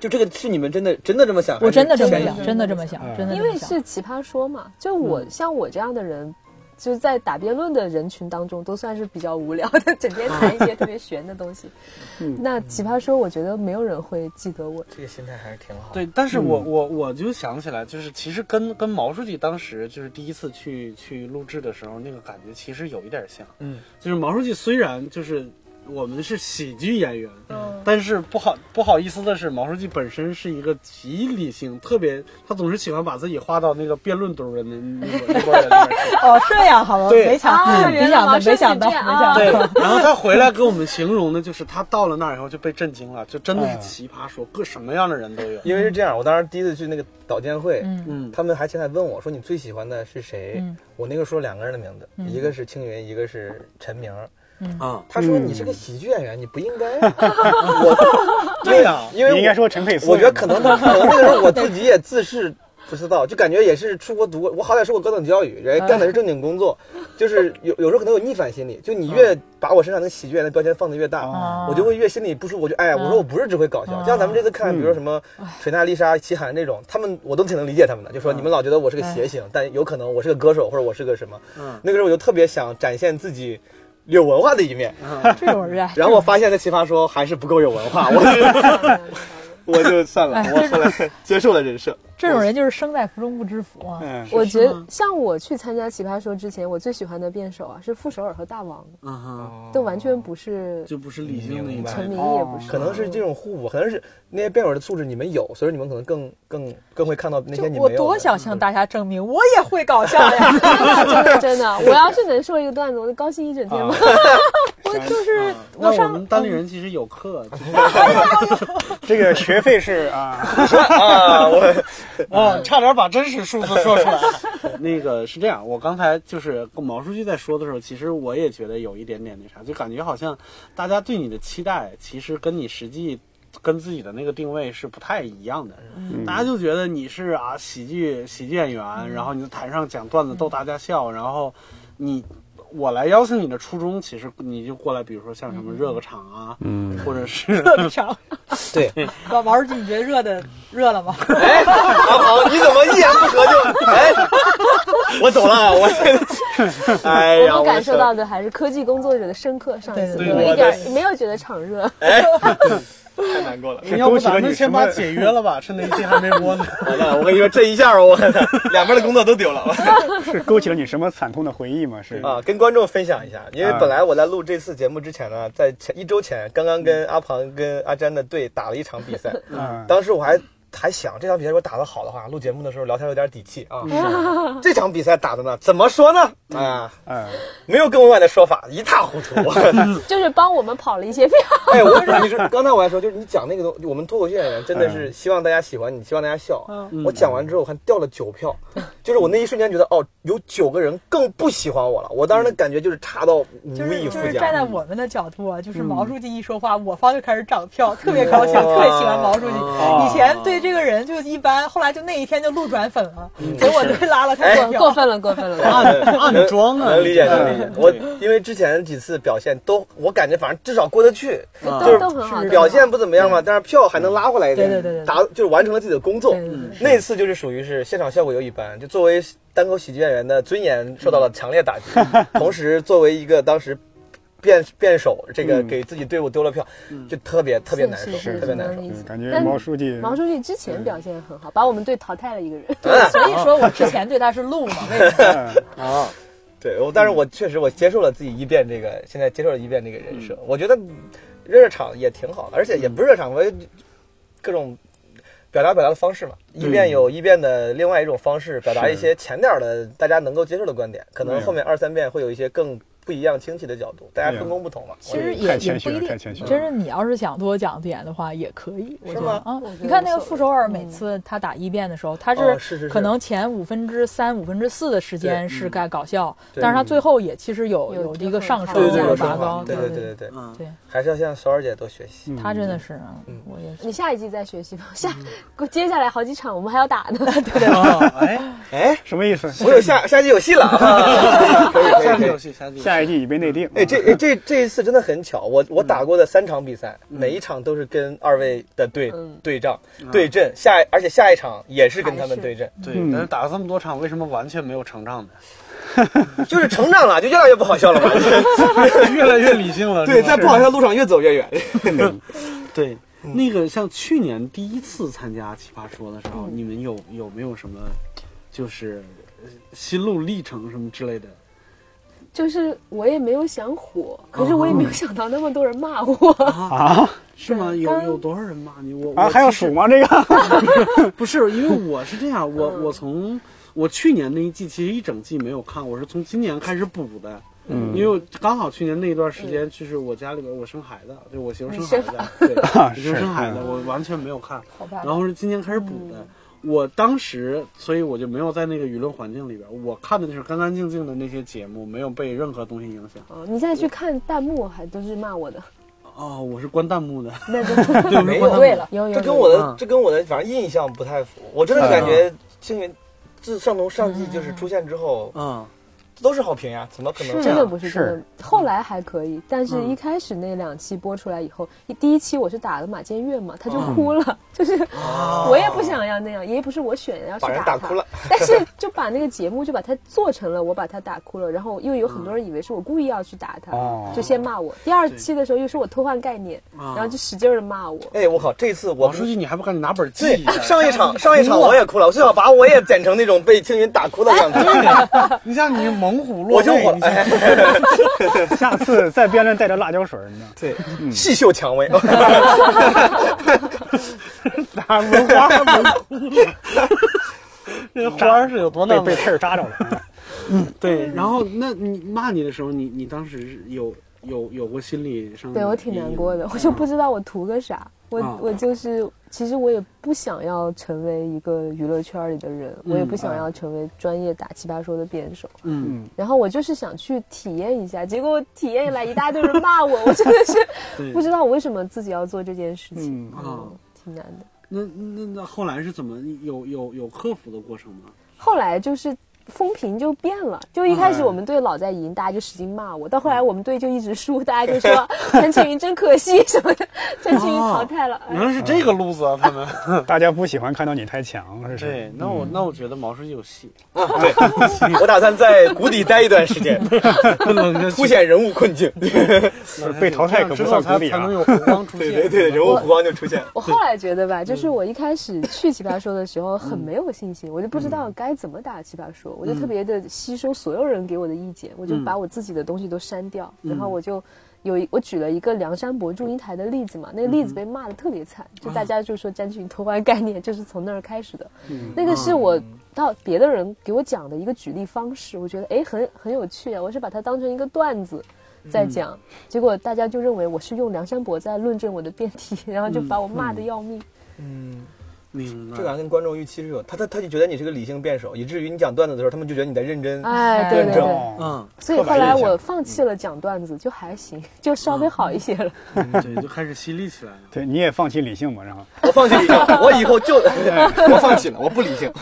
D: 就这个是你们真的真的这么想？
E: 我真的这么
D: 还是
E: 想，真的这么想，真的
F: 因
E: 这么
F: 为
E: 想
F: 是奇葩说嘛，就我、像我这样的人，就是在打辩论的人群当中，都算是比较无聊的，整天谈一些特别玄的东西。那奇葩说，我觉得没有人会记得 (laughs) 我。
D: 这个心态还是挺好。
B: 对，但是
D: 嗯
B: 我、我我就想起来，就是其实跟跟毛书记当时就是第一次去去录制的时候，那个感觉其实有一点像。
D: 嗯，
B: 就是毛书记虽然就是我们是喜剧演员，但是不好不好意思的是，毛书记本身是一个极理性，特别他总是喜欢把自己划到那个辩论堆儿的那那那波人里面去。
E: 哦，这样好吧，
B: 对
E: 没想
F: 啊
E: 没
F: 原来
E: 想到，
F: 王
E: 没
F: 胜
E: 想
F: 是
E: 到，
F: 这
E: 没
F: 样
E: 想
F: 啊
E: 到
B: 对，然后他回来给我们形容的就是他到了那儿以后就被震惊了，就真的是奇葩说，各什么样的人都有。
D: 哎因为是这样，我当时第一次去那个导监会，
E: 嗯
B: 嗯
D: 他们还前台问我说你最喜欢的是谁？
E: 嗯
D: 我那个说两个人的名字，一个是青云，一个是陈明。
B: 啊，
D: 他说
C: 嗯
D: 你是个喜剧演员，你不应该。啊
E: (laughs)
D: 我
B: 对呀、
D: 因为
C: 你
D: 我
C: 应该说陈佩斯。
D: (laughs) 我觉得可能他可能那个时候我自己也自视不知道，就感觉也是出国读过，我好歹受过高等教育，人家干的是正经工作，就是有有时候可能有逆反心理，就你越把我身上那个喜剧演员的标签放的越大。嗯
E: 啊
D: 我就会越心里不舒服，我就哎呀，我说我不是只会搞笑，
E: 嗯
D: 像咱们这次看，比如说什么锤娜、丽莎、齐涵这种，他们我都挺能理解他们的，就说你们老觉得我是个谐星，但有可能我是个歌手或者我是个什么，
B: 嗯
D: 那个时候我就特别想展现自己有文
E: 啊
D: 化的一面，
E: 这种人，
D: 然后我发现，在奇葩说还是不够有文化，我我就算
E: (laughs)
D: 了，我后来接受了人设。
E: 这种人就是生在福中不知福啊。
C: (laughs) 嗯，
F: 我觉得像我去参加《奇葩说》之前，我最喜欢的辩手啊是傅首尔和大王，
B: 嗯哼，
D: 哦
F: 都完全不是
B: 就不是理性的一
F: 陈
B: 面。
F: 明，
C: 哦
F: 也不是，
D: 可能是这种互补，可能是那些辩手的素质你们有，所以你们可能更更更会看到那
E: 就
D: 些你们没有
E: 我
D: 的。嗯
E: 多想向大家证明，我也会搞笑呀。
D: (laughs)
F: 真的 (laughs) 真的，我要是能说一个段子，我就高兴一整天吧。
D: 啊
E: 我就是
B: 那
E: 我
B: 我
E: 上
B: 们
F: 嗯
B: 单立人其实有课，就是
C: (laughs) 这个学费是啊，
D: 啊，我
B: 啊，差点把真实数字说出来。
F: (laughs)
B: 那个是这样，我刚才就是跟毛书记在说的时候，其实我也觉得有一点点那啥，就感觉好像大家对你的期待，其实跟你实际。跟自己的那个定位是不太一样的，
F: 嗯
C: 嗯
B: 大家就觉得你是啊喜剧喜剧演员，然后你在台上讲段
F: 嗯
B: 子逗大家笑，然后你我来邀请你的初衷，其实你就过来，比如说像什么热个场啊，
C: 嗯，
B: 或者是
E: 热个场，
D: 嗯对，
E: (laughs) 老毛主席，你觉得热的热了吗？
D: 哎，阿豪，你怎么一言不合就哎？我走了，我现在，哎
F: 我
D: 呀，
F: 们
D: 我
F: 感受到
D: 的
F: 的还是科技工作者的深刻上
E: 对
F: 进，
E: 对
F: 有
D: 对哎
F: 一
D: 我
F: 点
D: 的
F: 儿没有觉得
D: (laughs)
F: 场热。
D: 手太难过了。
B: (laughs)
C: 是
B: 要
C: 勾
B: 不
C: 起了
B: 咱
C: 你
B: 们
C: 什
B: 先
C: 么
B: 把？解约了吧，趁那一期还没播 (laughs) 呢。
D: 完了，我跟你说，这一下我两边的工作都丢了。
C: 是勾起了你什么惨痛的回忆吗？是
D: 啊，跟观众分享一下，因为
C: 啊
D: 本来我在录这次节目之前呢，在前一周前刚刚跟阿庞跟阿詹的队打了一场比赛，
C: 嗯啊，
D: (laughs) 当时我还还想这场比赛如果打得好的话，录节目的时候聊天有点底气啊。这场比赛打的呢，怎么说呢？啊，
C: 嗯嗯，
D: 没有跟我外的说法，一塌糊
C: (laughs)
D: 涂。
F: 就是帮我们跑了一些票。
D: (laughs) 哎，我
E: (laughs)
D: 跟你说，刚才我还说，就是你讲那个东，我们脱口秀演员真的
B: 嗯
D: 是希望大家喜欢你，希望大家笑。
E: 嗯
D: 我讲完之后，我看掉了九票，就是我那一瞬间觉得，哦，有九个人更不喜欢我了。我当时的感觉就是差到无
E: (laughs) 就是
D: 以
E: 就
D: 复
E: 是站在
D: 加。嗯
E: 我们的角度啊，就是毛书记一说话，我方就开始涨票，特
D: 嗯
E: 别高兴，特别喜欢毛书
B: 哦
E: 记。以前对这个人就一般，后来就那一天就路转粉了，结果就拉了他
D: 嗯哎
E: 过
F: 过
E: 票。
F: 分了，过分
D: 啊
F: 了。
B: (laughs) 暗暗装啊，
D: 能理解，
B: 这
D: 能理解。我因为之前几次表现都，我感觉反正至少过得去，
B: 啊
D: 就是
F: 都很好
D: 是表现不怎么样嘛，
B: 嗯
D: 但是票还能拉回来一点，
E: 对对对对对
D: 达就是完成了自己的工作
E: 对。对对
F: 嗯
D: 那次就是属于是现场效果又一般，就作为单口喜剧演员的尊严受到了强烈打击，
F: 嗯
D: 同时作为一个当时辩辩手，这个
C: 嗯
D: 给自己队伍丢了票，就特别特别难受
F: 嗯是是，是
D: 特别难受
F: 能。理解
C: 感觉
F: 但
C: 毛书记
F: 毛书记之前
D: 嗯
F: 表现很好，把我们队淘汰了一个人。
E: 所以说我之前
D: 嗯
E: 对他是路嘛，为什么？
C: 嗯
D: 啊，对，我但是我确实我接受了自己一辩这个，现在接受了一辩这个人设，我觉得热热场也挺好的，而且也不是热场，我也各种表达表达的方式嘛，一辩有一辩的另外一种方式，表达一些浅点儿的大家能够接受的观点，可能后面二三辩会有一些更不一样清晰的角度，大家分工不同嘛。
E: 其实
C: 太
E: 也也
C: 谦
E: 不
C: 虚
E: 一
C: 了，太
E: 定。
C: 谦虚了。
E: 真是你要是想多讲点的话，也可以，我觉得嗯
D: 吗
E: 啊
F: 我觉得。
E: 你看那个
F: 无所
E: 傅
F: 谓
E: 首尔，每次他打一辩的时候，他
D: 哦是是是
E: 可能前五分之三、五分之四的时间是该搞笑，
D: 嗯对嗯
E: 但是他最后也其实有
F: 有
E: 有一个上升
F: 对
D: 对
F: 对
D: 对
E: 有
D: 对
E: 个拔高，
D: 对
E: 对
D: 对对嗯对，
B: 嗯，
E: 对，
D: 还是要向小二姐多学
C: 嗯
D: 习。
E: 他真的是，啊我也
F: (laughs)
E: 是。
F: 你下一季再学习吧，下接下来好几场我们还要打
E: (laughs)
F: 呢。对对
B: 啊，哎，
D: 哎，
C: 什么意思？
D: 我有下下集有戏了 (laughs) 啊！可以可以
B: 下
D: 可
B: 个
D: 以
B: 游戏，下个游戏，
C: 下一季已被内定。
D: 哎，这哎这这一次真的很巧，我我打过的三场比赛，每一场都是跟二位的对
F: 嗯
D: 对仗对阵，下一而且下一场也是跟他
F: 还
D: 们
F: 是
D: 对阵，
B: 对
C: 嗯，
B: 但是打了这么多场，为什么完全没有成长呢？ (laughs)
D: 就是成长了，就越来越不好笑了嘛。 (laughs)
B: 越来越理性了。
D: 对，
B: 是吧
D: 在不好笑的路上越走越远。
B: 对那个像去年第一次参加奇葩说的时候，你们有有没有什么就是呃心路历程什么之类的？
F: 就是我也没有想火，
D: 啊
F: 可是我也没有想到那么多人骂
D: (laughs)
F: 我。
C: 啊
B: 是吗？有
F: 刚
B: 有多少人骂你？我
C: 啊，
B: 我
C: 还要
B: 其实
C: 数吗？这个
B: 不是，因为我是这
D: (laughs)
B: 样，
D: 嗯
B: 我我从我去年那一季其实一整季没有看，我是从今年开始补的。嗯，因为我刚好去年那一段时间，就是我家里边我生孩子，对我媳妇生孩
D: 嗯
B: 子，对，我媳妇生孩子，我完全没有看。
E: 好吧，
B: 然后是今年开始补
D: 嗯
B: 的。我当时，所以我就没有在那个舆论环境里边，我看的就是干干净净的那些节目，没有被任何东西影响。
F: 哦你再去看弹幕，还都是骂我的，
B: 哦，我是关弹幕的，
D: (laughs)
F: 那就
B: (laughs) 对，我
D: 没
B: 是
D: 有
B: 关弹幕
E: 对
B: 的。
E: 了，
F: (laughs) 有有
D: 这
F: 有
D: 跟我的
B: 嗯
D: 这跟我的反正印象不太符，我真的感觉幸运。自上从上季就是出现之后，
B: 嗯，
D: 都是好评呀，怎么可能？啊
F: 真的不是啊
C: 是
F: 真的。后来还可以，但
D: 嗯
F: 是一开始那两期播出来以后，一第一期我是打了马监乐嘛，他就
D: 啊
F: 哭
D: (laughs)
F: 了，就是我也不想要那样，也不是我选的，要去
D: 把人打
F: 打
D: 哭了。 (laughs)
F: 但是就把那个节目就把它做成了，我把他打哭了，然后又有很多人以为是我故意要去打他，
D: 啊
C: 哦
F: 就先骂我。第二期的时候又说我偷换概念，然后就使劲的骂我。
D: 哎，我靠，这次我
B: 王书记，你还不敢拿本记
D: 对
B: 一下？
D: 上一场上一场我也哭了，我最好把我也剪成那种被青云打哭的样子，
B: 你像你猛虎落
D: 我就
B: 泪
D: 火，
B: 你
D: 了。
B: 像
D: 哎，
C: 下
B: (laughs)
C: 次再辩论带点辣椒水儿，你知道吗？
D: 对， (laughs) 细嗅蔷薇，
B: 打轮花都哭了， (laughs) 这花儿是有多
C: 被
B: 浪
C: 被
B: 费？
C: 刺儿扎着
B: (laughs)
C: 了。
B: 对，
F: 嗯
B: 然后那你骂你的时候，你你当时是有有有过心理上的
F: 对我挺难过
B: 嗯
F: 的，我就不知道我图个啥。我、
B: 啊
F: 我就是，其实我也不想要成为一个娱乐圈里的人，我也不想要成为专业打奇葩说的辩手。
B: 嗯
F: 然后我就是想去体验一下，结果体验来一大堆人骂我，我真的是不知道我为什么自己要做这件事情，
C: 嗯
F: 嗯，
B: 啊
F: 挺难的。
B: 那那那后来是怎么有有有克服的过程吗？
F: 后来就是风评就变了，就一开始
B: 嗯
F: 我们队老在赢，大家就使劲骂我；到后来我们队就一直输，大家就说陈 (laughs) 庆云真可惜什么的，陈庆云淘汰了。
B: 原来是这个路子啊，他们。
C: 大家不喜欢看到你太强，是不
B: (laughs)
C: 是？
B: 对，那我那我觉得毛书记有戏，
D: (laughs) 我打算在谷底待一段时 (laughs) 间，凸
B: 凸
D: 显人物困境。
C: 被淘汰可不
B: 之后
C: 算
B: 才
C: 鼓励
B: 才
C: 啊
B: 能！有红光出现。
D: (laughs) 对 (laughs) 对对，人物
F: 我
D: 弧光就出现了。
F: 我后来觉得吧，就是我一开始去奇葩说的时候很没有信心，我就不知道该怎么打奇葩说，我就特别的吸收所有人给我的意见，我就把我自己的东西都删掉，然后我就有一我举了一个梁山伯祝英台的例子嘛，那个例子被骂的特别惨，就大家就说詹俊偷换概念就是从那儿开始的，那个是我到别的人给我讲的一个举例方式，我觉得哎很很有趣啊，我是把它当成一个段子。在讲，结果大家就认为我是用梁山伯在论证我的辩题， (laughs) 然后就把我骂得要命。
D: 嗯，
B: 明白。
D: 这个还跟观众预期是有，他他他就觉得你是个理性辩手，以至于你讲段子的时候，他们就觉得你在认真。
F: 哎，对
E: 对
F: 对
D: 对
F: 对，
C: 哦，
B: 嗯，
F: 所以后来我放弃了讲段子，就还行， (laughs) 就稍微好一些了。
B: 对，就开始犀利起来
C: (laughs)
B: 了。
C: 对，你也放弃理性嘛，然后
D: 我放弃理性，我以后 (laughs) 就我放弃了，我不理性。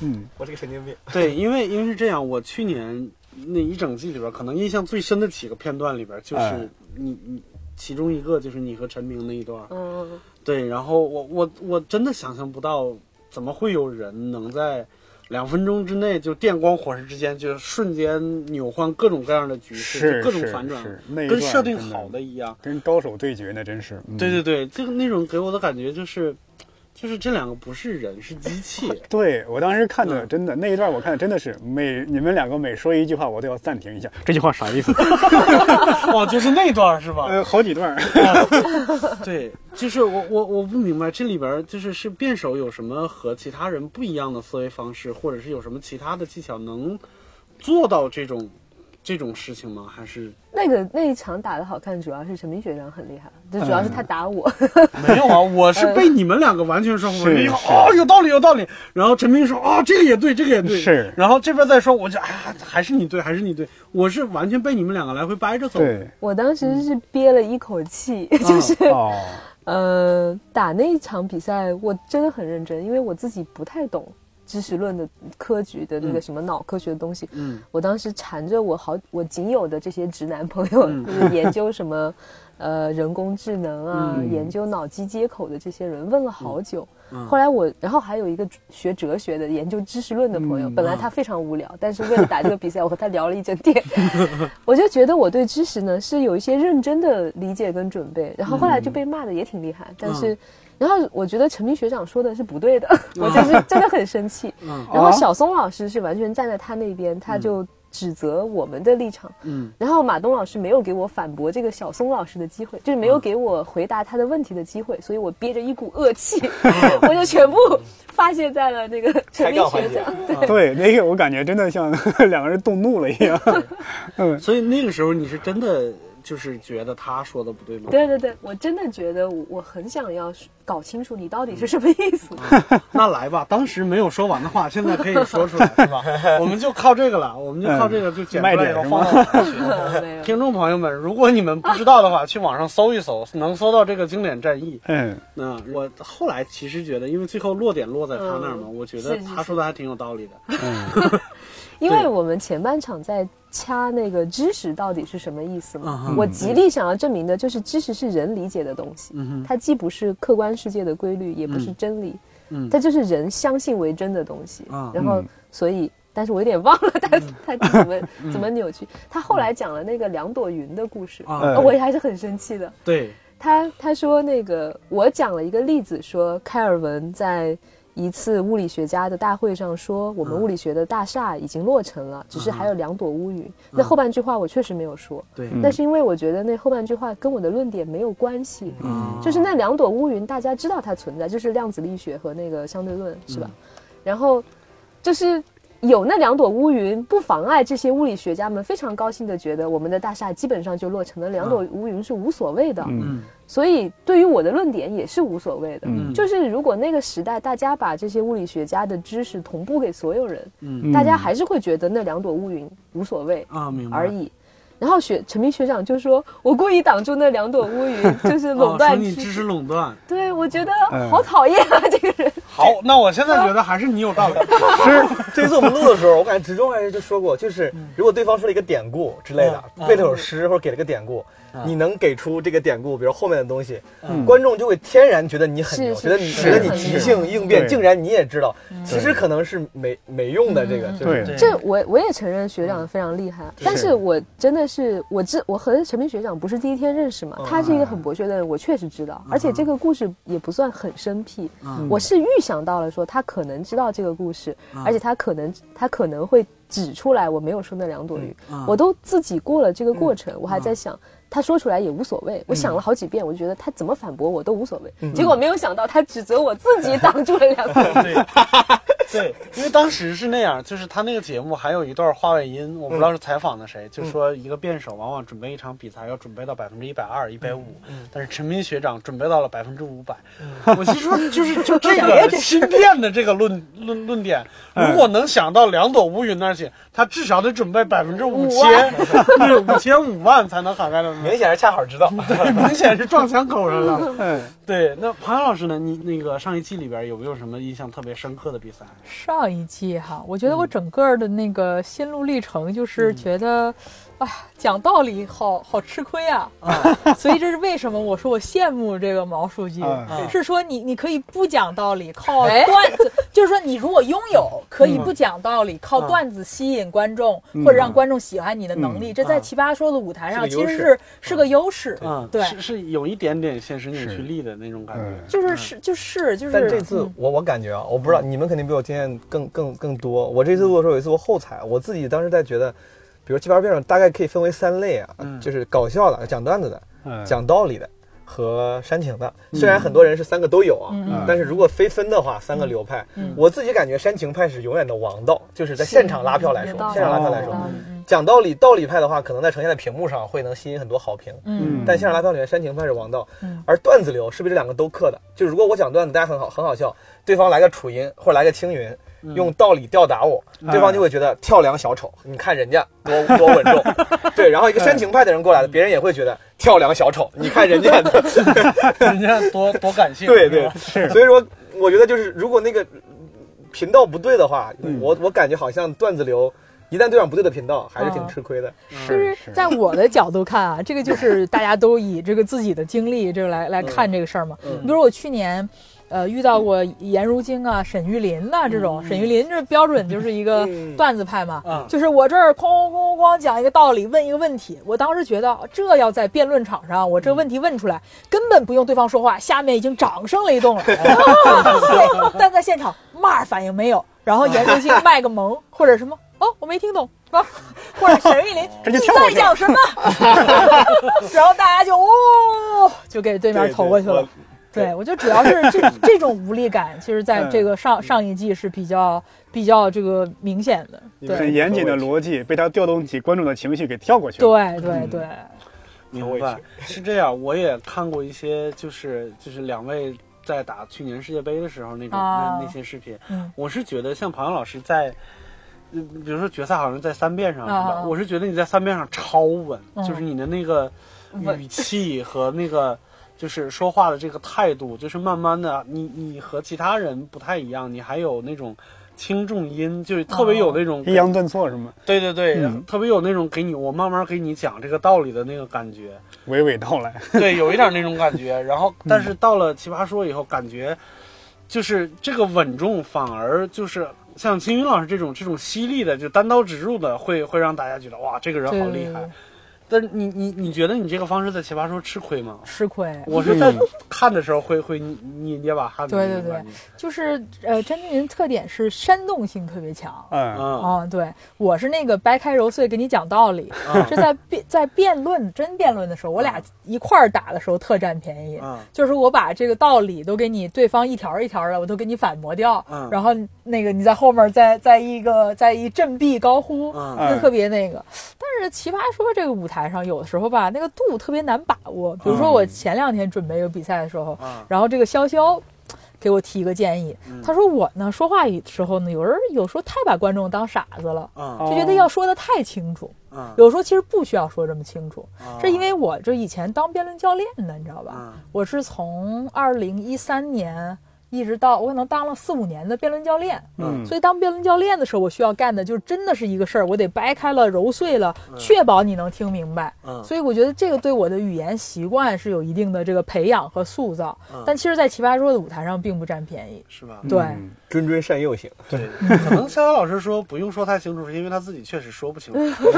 C: 嗯，
D: (laughs) 我是个神经病。
B: 对，因为因为是这样，我去年那一整季里边，可能印象最深的几个片段里边，就是
C: 哎
B: 你你其中一个就是你和陈明那一段儿，
F: 嗯，
B: 对，然后我我我真的想象不到，怎么会有人能在两分钟之内就电光火石之间，就瞬间扭换各种各样的局势，
C: 是
B: 就各种
C: 是
B: 反转，
C: 是，那一
B: 跟
C: 段
B: 设定
C: 真
B: 好的一样。
C: 跟高手对决，那真是。嗯
B: 对对对，这个那种给我的感觉就是，就是这两个不是人，是机器。
C: 对我当时看的
B: 嗯
C: 真的那一段，我看的真的是每你们两个每说一句话，我都要暂停一下。这句话啥
B: (laughs)
C: 意思？
B: (laughs) 哦，就是那段是吧？
C: 呃，好几段儿。
B: (laughs) 对，就是我我我不明白这里边儿就是是辩手有什么和其他人不一样的思维方式，或者是有什么其他的技巧能做到这种这种事情吗？还是
F: 那个那一场打的好看，主要是陈明学长很厉害，就主要是他打我。
B: (laughs)
F: (laughs)
B: 没有啊？我是被你们两个完全说服了。
C: 是
B: 一个
C: 是
B: 哦，有道理，有道理。然后陈明说啊、这个也对，这个也对。
C: 是
B: 然后这边再说，我就啊，还是你对，还是你对。我是完全被你们两个来回掰着走。
C: 对，
F: 我当时是憋了一口气， (laughs) 就是
C: (laughs) 哦，
F: 呃，打那一场比赛，我真的很认真，因为我自己不太懂知识论的科举的那个什么脑科学的东西。
B: 嗯，
F: 我当时缠着我好我仅有的这些直男朋友， (laughs) 就是研究什么，呃，人工智能啊，研究脑机接口的这些人，问了好久。后来我，然后还有一个学哲学的、研究知识论的朋友，本来他非常无聊，但是为了打这个比赛，我和他聊了一整天。我就觉得我对知识呢是有一些认真的理解跟准备，然后后来就被骂的也挺厉害，但是。
D: 嗯
F: 然后我觉得陈明学长说的是不对的，我就是真的很生气。然
C: 哦
F: 后小松老师是完全站在他那边，他就
D: 嗯
F: 指责我们的立场。
B: 嗯
F: 然后马东老师没有给我反驳这个小松老师的机会，就是没有给我回答他的问题的机会，所以我憋着一股
D: (laughs)
F: 恶气，我就全部发泄在了那个陈明
D: 开
F: 学
D: 杠啊
F: 长。
C: (laughs) 对，那个我感觉真的像 (laughs) 两个人动怒了一
E: (laughs)
C: 样。
B: 所以那个时候你是真的就是觉得他说的不对
F: (laughs)
B: 吗？
F: 对对对，我真的觉得我我很想要搞清楚你到底是什么意 (laughs) 思。
B: (laughs) 那来吧，当时没有说完的话，现在可以说 (laughs) 出来，是吧？我们就靠这个了，我们就靠这个就剪出来以后放到网上去。
F: 嗯没有
B: 听众朋友们，如果你们不知道的话，去网上搜一搜，能搜到这个经典战役。
C: 嗯，
B: 那我后来其实觉得，因为最后落点落在他那儿嘛，
F: 嗯
B: 我觉得他说的还挺有道理的。
F: (laughs) 因为我们前半场在掐那个知识到底是什么意思
B: 嗯
F: 嘛，
B: 哼
F: 我极力想要证明的就是知识是人理解的东西，
B: 嗯哼
F: 它既不是客观世界的规律，也不是真理，
B: 嗯
F: 它就是人相信为真的东西
B: 啊。
F: 然后
A: 嗯，
F: 所以，但是我有点忘了 (laughs) 他他怎么
B: 嗯
F: 怎么扭曲。他后来讲了那个两朵云的故事，哦
B: 啊
C: 呃，
F: 嗯我也还是很生气的。
B: 对，
F: 他他说那个我讲了一个例子，说开尔文在一次物理学家的大会上说，我们
B: 嗯
F: 物理学的大厦已经落成了，只是还有两朵乌云。
B: 嗯
F: 那后半句话我确实没有说，
B: 对
A: 嗯
F: 但是因为我觉得那后半句话跟我的论点没有关系，
B: 嗯
F: 就是那两朵乌云大家知道它存在，就是量子力学和那个相对论是吧？
B: 嗯
F: 然后就是。有那两朵乌云，不妨碍这些物理学家们非常高兴地觉得，我们的大厦基本上就落成了。两朵乌云是无所谓的，
A: 嗯
B: 嗯
F: 所以对于我的论点也是无所谓的。
A: 嗯
F: 就是如果那个时代大家把这些物理学家的知识同步给所有人，
B: 嗯
F: 大家还是会觉得那两朵乌云无所谓
B: 啊，明白
F: 而。已。然后学陈明学长就说：“我故意挡住那两朵乌云，就是垄
B: 哦，说
F: 断
B: 你知
F: 知识。
B: 识嗯垄断，
F: 对，我觉得
C: 哎
F: 好讨厌啊，这个人。
B: 好，那我现在觉得还是你有道理。
D: (laughs) 这一次我们录的时候，我感觉直中还是就说过，就是如果对方说了一个典故之类的，
B: 嗯
D: 背了首诗或者给了个典故，你能给出这个典故，比如后面的东西，
B: 嗯
D: 观众就会天然觉得你很牛，
F: 是
D: 觉得你
F: 是
D: 觉得你
F: 很
D: 即
F: 牛
D: 兴应变，
C: 对
D: 竟然你也知道，其实可能是没没用的。这个就
E: 嗯
D: 是
C: 对
F: 这我我也承认学
B: 嗯
F: 长非常厉害，但是我真的是我知我和陈明学长不是第一天认识嘛，
B: 嗯
F: 他是一个很博学的人，我确实知道，而且这个故事也不算很生僻，
B: 嗯
F: 我是预想到了说他可能知道这个故事，
B: 嗯
F: 而且他可能他可能会指出来我没有说那两朵云，
B: 嗯
F: 我都自己过了这个过程，我还在想。他说出来也无所
B: 嗯
F: 谓，我想了好几遍，我就觉得他怎么反驳我都无所谓。结果没有想到他指责我自己挡住了两朵云。
B: (laughs) 对，对，因为当时是那样，就是他那个节目还有一段话外音，我不知道是采访的谁，就说一个辩手往往准备一场比赛要准备到百分之一百二、一百五，但是陈明学长准备到了百分之五百。我就说，嗯就是嗯就 (laughs) 这个芯片的这个论论论点，如果能想到两朵乌云那儿去，他至少得准备百分之五千，对，五千五万才能涵盖到那
D: 明显是恰好知道，
B: 对，明显是撞枪口上了。
E: 嗯
C: 哎，
B: 对，那庞洋老师呢？你那个上一季里边有没有什么印象特别深刻的比赛？
E: 上一季哈，我
D: 嗯
E: 觉得我整个的那个心路历程就是觉得，啊，讲道理好好吃亏啊， (laughs) 所以这是为什么我说我羡慕这个毛书记，
C: 啊
E: 是说你你可以不讲道理，靠
D: 哎
E: 段子， (laughs) 就是说你如果拥有可
D: 嗯
E: 以不讲道理，靠
D: 啊
E: 段子吸引观众、或者让观众喜欢你的能力，这在奇葩说的舞台上
D: 嗯啊是个
E: 其
D: 优
E: 实
D: 势
E: 是是个优势，
B: 嗯，
E: 对，
B: 是是有一点点现实扭曲力的那种感
C: 嗯
B: 觉。
E: 就是是就是就是，
D: 啊但这次
E: 嗯
D: 我我感觉啊，我不知
B: 嗯
D: 道你们肯定比我经验更更更多。我这次录的时候有一次我后采，我自己当时在觉得，比如七八辩手大概可以分为三类啊，
B: 嗯
D: 就是搞笑的、讲段子的、
C: 哎
D: 讲道理的和煽情的。虽然很多人是三个都有啊，
E: 嗯
D: 但是如果非分的话，三个流派，
E: 嗯
D: 我自己感觉煽情派是永远的王道，就是在现场拉票来
F: 有道
D: 说，
F: 理
D: 现场拉票来
F: 有
D: 说。
F: 道
E: 嗯
F: 理
D: 讲道理，道理派的话，可能在呈现在屏幕上会能吸引很多好评。
E: 嗯
D: 但现场拉票里面煽情派是王道，
E: 嗯
D: 而段子流是被这两个都克的。就是如果我讲段子，大家很好很好笑，对方来个楚音或者来个青云，
E: 嗯
D: 用道理吊打我，对方就会觉得跳梁小丑。你看人家多
E: (laughs)
D: 多稳重，对。然后一个煽情派的人过
E: 嗯
D: 来了，别人也会觉得跳梁小丑。你看人家，
E: (laughs)
B: 人家多多感性，
D: 对
B: 是
D: 对
B: 吧，
D: 所以说我觉得就是如果那个频道不对的话，
E: 嗯
D: 我我感觉好像段子流一旦对上不对的频道，还是
E: 哦
D: 挺吃亏的。
E: 就是在我的角度看啊，这个就是大家都以这个自己的经历这个来来看这个事儿嘛。你比如我去年。呃，遇到过颜如晶啊、沈玉琳呐、这种，沈玉琳这标准就是一个
D: 嗯
E: 段子派嘛，
B: 嗯
E: 就是我这儿哐哐哐哐哐讲一个道理，问一个问题。我当时觉得啊这要在辩论场上，我这问题问出来，根本不用对方说话，下面已经掌声雷动了。 (laughs) 对，但在现场嘛反应没有，然后颜如晶卖个萌或者什么，哦， (laughs) 我没听懂，是吧？或者沈玉琳，
C: 直
E: 你
C: 接跳过
E: 在
C: 去
E: 讲什么？ (laughs) 然后大家就哦，就给对面投过去了。对，我觉得主要是这
B: (laughs)
E: 这种无力感，其实在
B: 嗯
E: 这个上上一季是比较比较这个明显的。对
C: 很严谨的逻辑被他调动起观众的情绪给跳过去了。
E: 对对对，
B: 明白是这样。我也看过一些，就是就是两位在打去年世界杯的时候那种、
E: 啊
B: 那那些视频， (laughs)
E: 嗯
B: 我是觉得像庞洋老师在。呃比如说决赛好像在三遍上，是
E: 啊
B: 吧？我是觉得你在三遍上超稳，
E: 嗯
B: 就是你的那个
E: 稳
B: 语气和那个就是说话的这个态度，就是慢慢的，你你和其他人不太一样，你还有那种轻重音，就是特
E: 哦
B: 别有那种
C: 抑扬顿挫是吗？
B: 对对对，
C: 嗯
B: 特别有那种给你我慢慢给你讲这个道理的那个感觉。
C: 娓娓道来，
E: (laughs)
B: 对，有一点那种感觉。然后，
E: 嗯
B: 但是到了《奇葩说》以后，感觉就是这个稳重，反而就是像秦云老师这种这种犀利的，就单刀直入的，会会让大家觉得哇，这个人好厉害
E: 对。
B: 但是你你你觉得你这个方式在《奇葩说》吃亏吗？
E: 吃亏。
B: 我是在看的时候会会捏捏把汗的
E: 对
B: 那种
E: 对对
B: 感觉，
E: 就是呃，詹俊云特点是煽动性特别强。
C: 嗯，
B: 嗯
E: 哦，对，我是那个掰开揉碎给你讲道
B: (laughs)
E: 理，
B: 嗯
E: 是在辩在辩论真辩论的时候，我俩一块儿打的时候特占便宜，
B: 嗯
E: 就是我把哦这个道理都给你对方一条一条的，我都给你反驳掉，
B: 嗯
E: 然后那个你在后面再再一个再一振臂高呼，
B: 嗯
E: 就特别那个。但是奇葩说这个舞台上有的时候吧，那个度特别难把握。比如说我前两天准备有比赛的时候，
B: 嗯
E: 然后这个潇潇。给我提一个建议
B: 嗯，
E: 他说我呢说话的时候呢，有人有时候太把观众当傻子了，
B: 嗯
E: 就觉得要说的太清楚，
B: 嗯，
E: 有时候其实不需要说这么清楚。
B: 嗯
E: 是因为我这以前当辩论教练的，你知道吧？
B: 嗯
E: 我是从二零一三年一直到我可能当了四五年的辩论教练，
C: 嗯
E: 所以当辩论教练的时候，我需要干的就是真的是一个事儿，我得掰开了揉碎了，确保你能听明白。
B: 嗯
E: 所以我觉得这个对我的语言习惯是有一定的这个培养和塑造，
B: 嗯
E: 但其实，在奇葩说的舞台上并不占便宜。
B: 是吧？
E: 对，
C: 嗯
D: 谆谆善诱型，
B: 对，可能逍遥老师说不用说太清楚，是因为他自己确实说不清楚。
F: (laughs)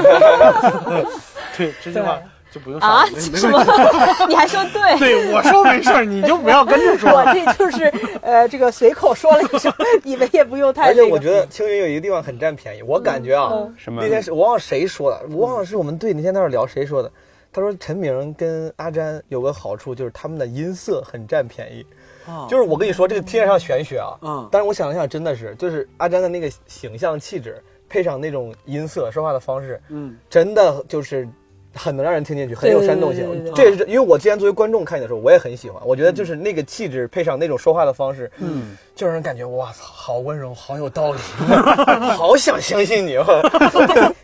B: 对，这句话就不用说了
F: 啊，
B: 没没
F: 什么？ (laughs) 你还说对？
B: 对我说没事儿，你就不要跟着
E: (laughs) 我
B: 说。
E: 这就是呃，这个随口说了一声，你们也不用太
D: 而
E: 这
D: 且
E: 个。
D: 我觉得青云有一个地方很占便宜，我感觉啊，
E: 嗯
C: 什么
D: 那？天是我忘了谁说的，我忘了是我们队那天在那儿聊谁说的。他说陈明跟阿詹有个好处，就是他们的音色很占便宜。
F: 哦
E: 哦
D: 就是我跟你说，这个听着像玄学啊，
B: 嗯
D: 但是我想了想，真的是，就是阿詹的那个形象气质，配上那种音色、说话的方式，
B: 嗯
D: 真的就是很能让人听进去，很有煽动性
E: 对对对。对
D: 这也是因为我之前作为观众看你的时候，我也很喜欢。我觉得就是那个气质配上那种说话的方式，嗯，就让人感觉哇操，好温柔，好有道理， (laughs) 好想相信你。哦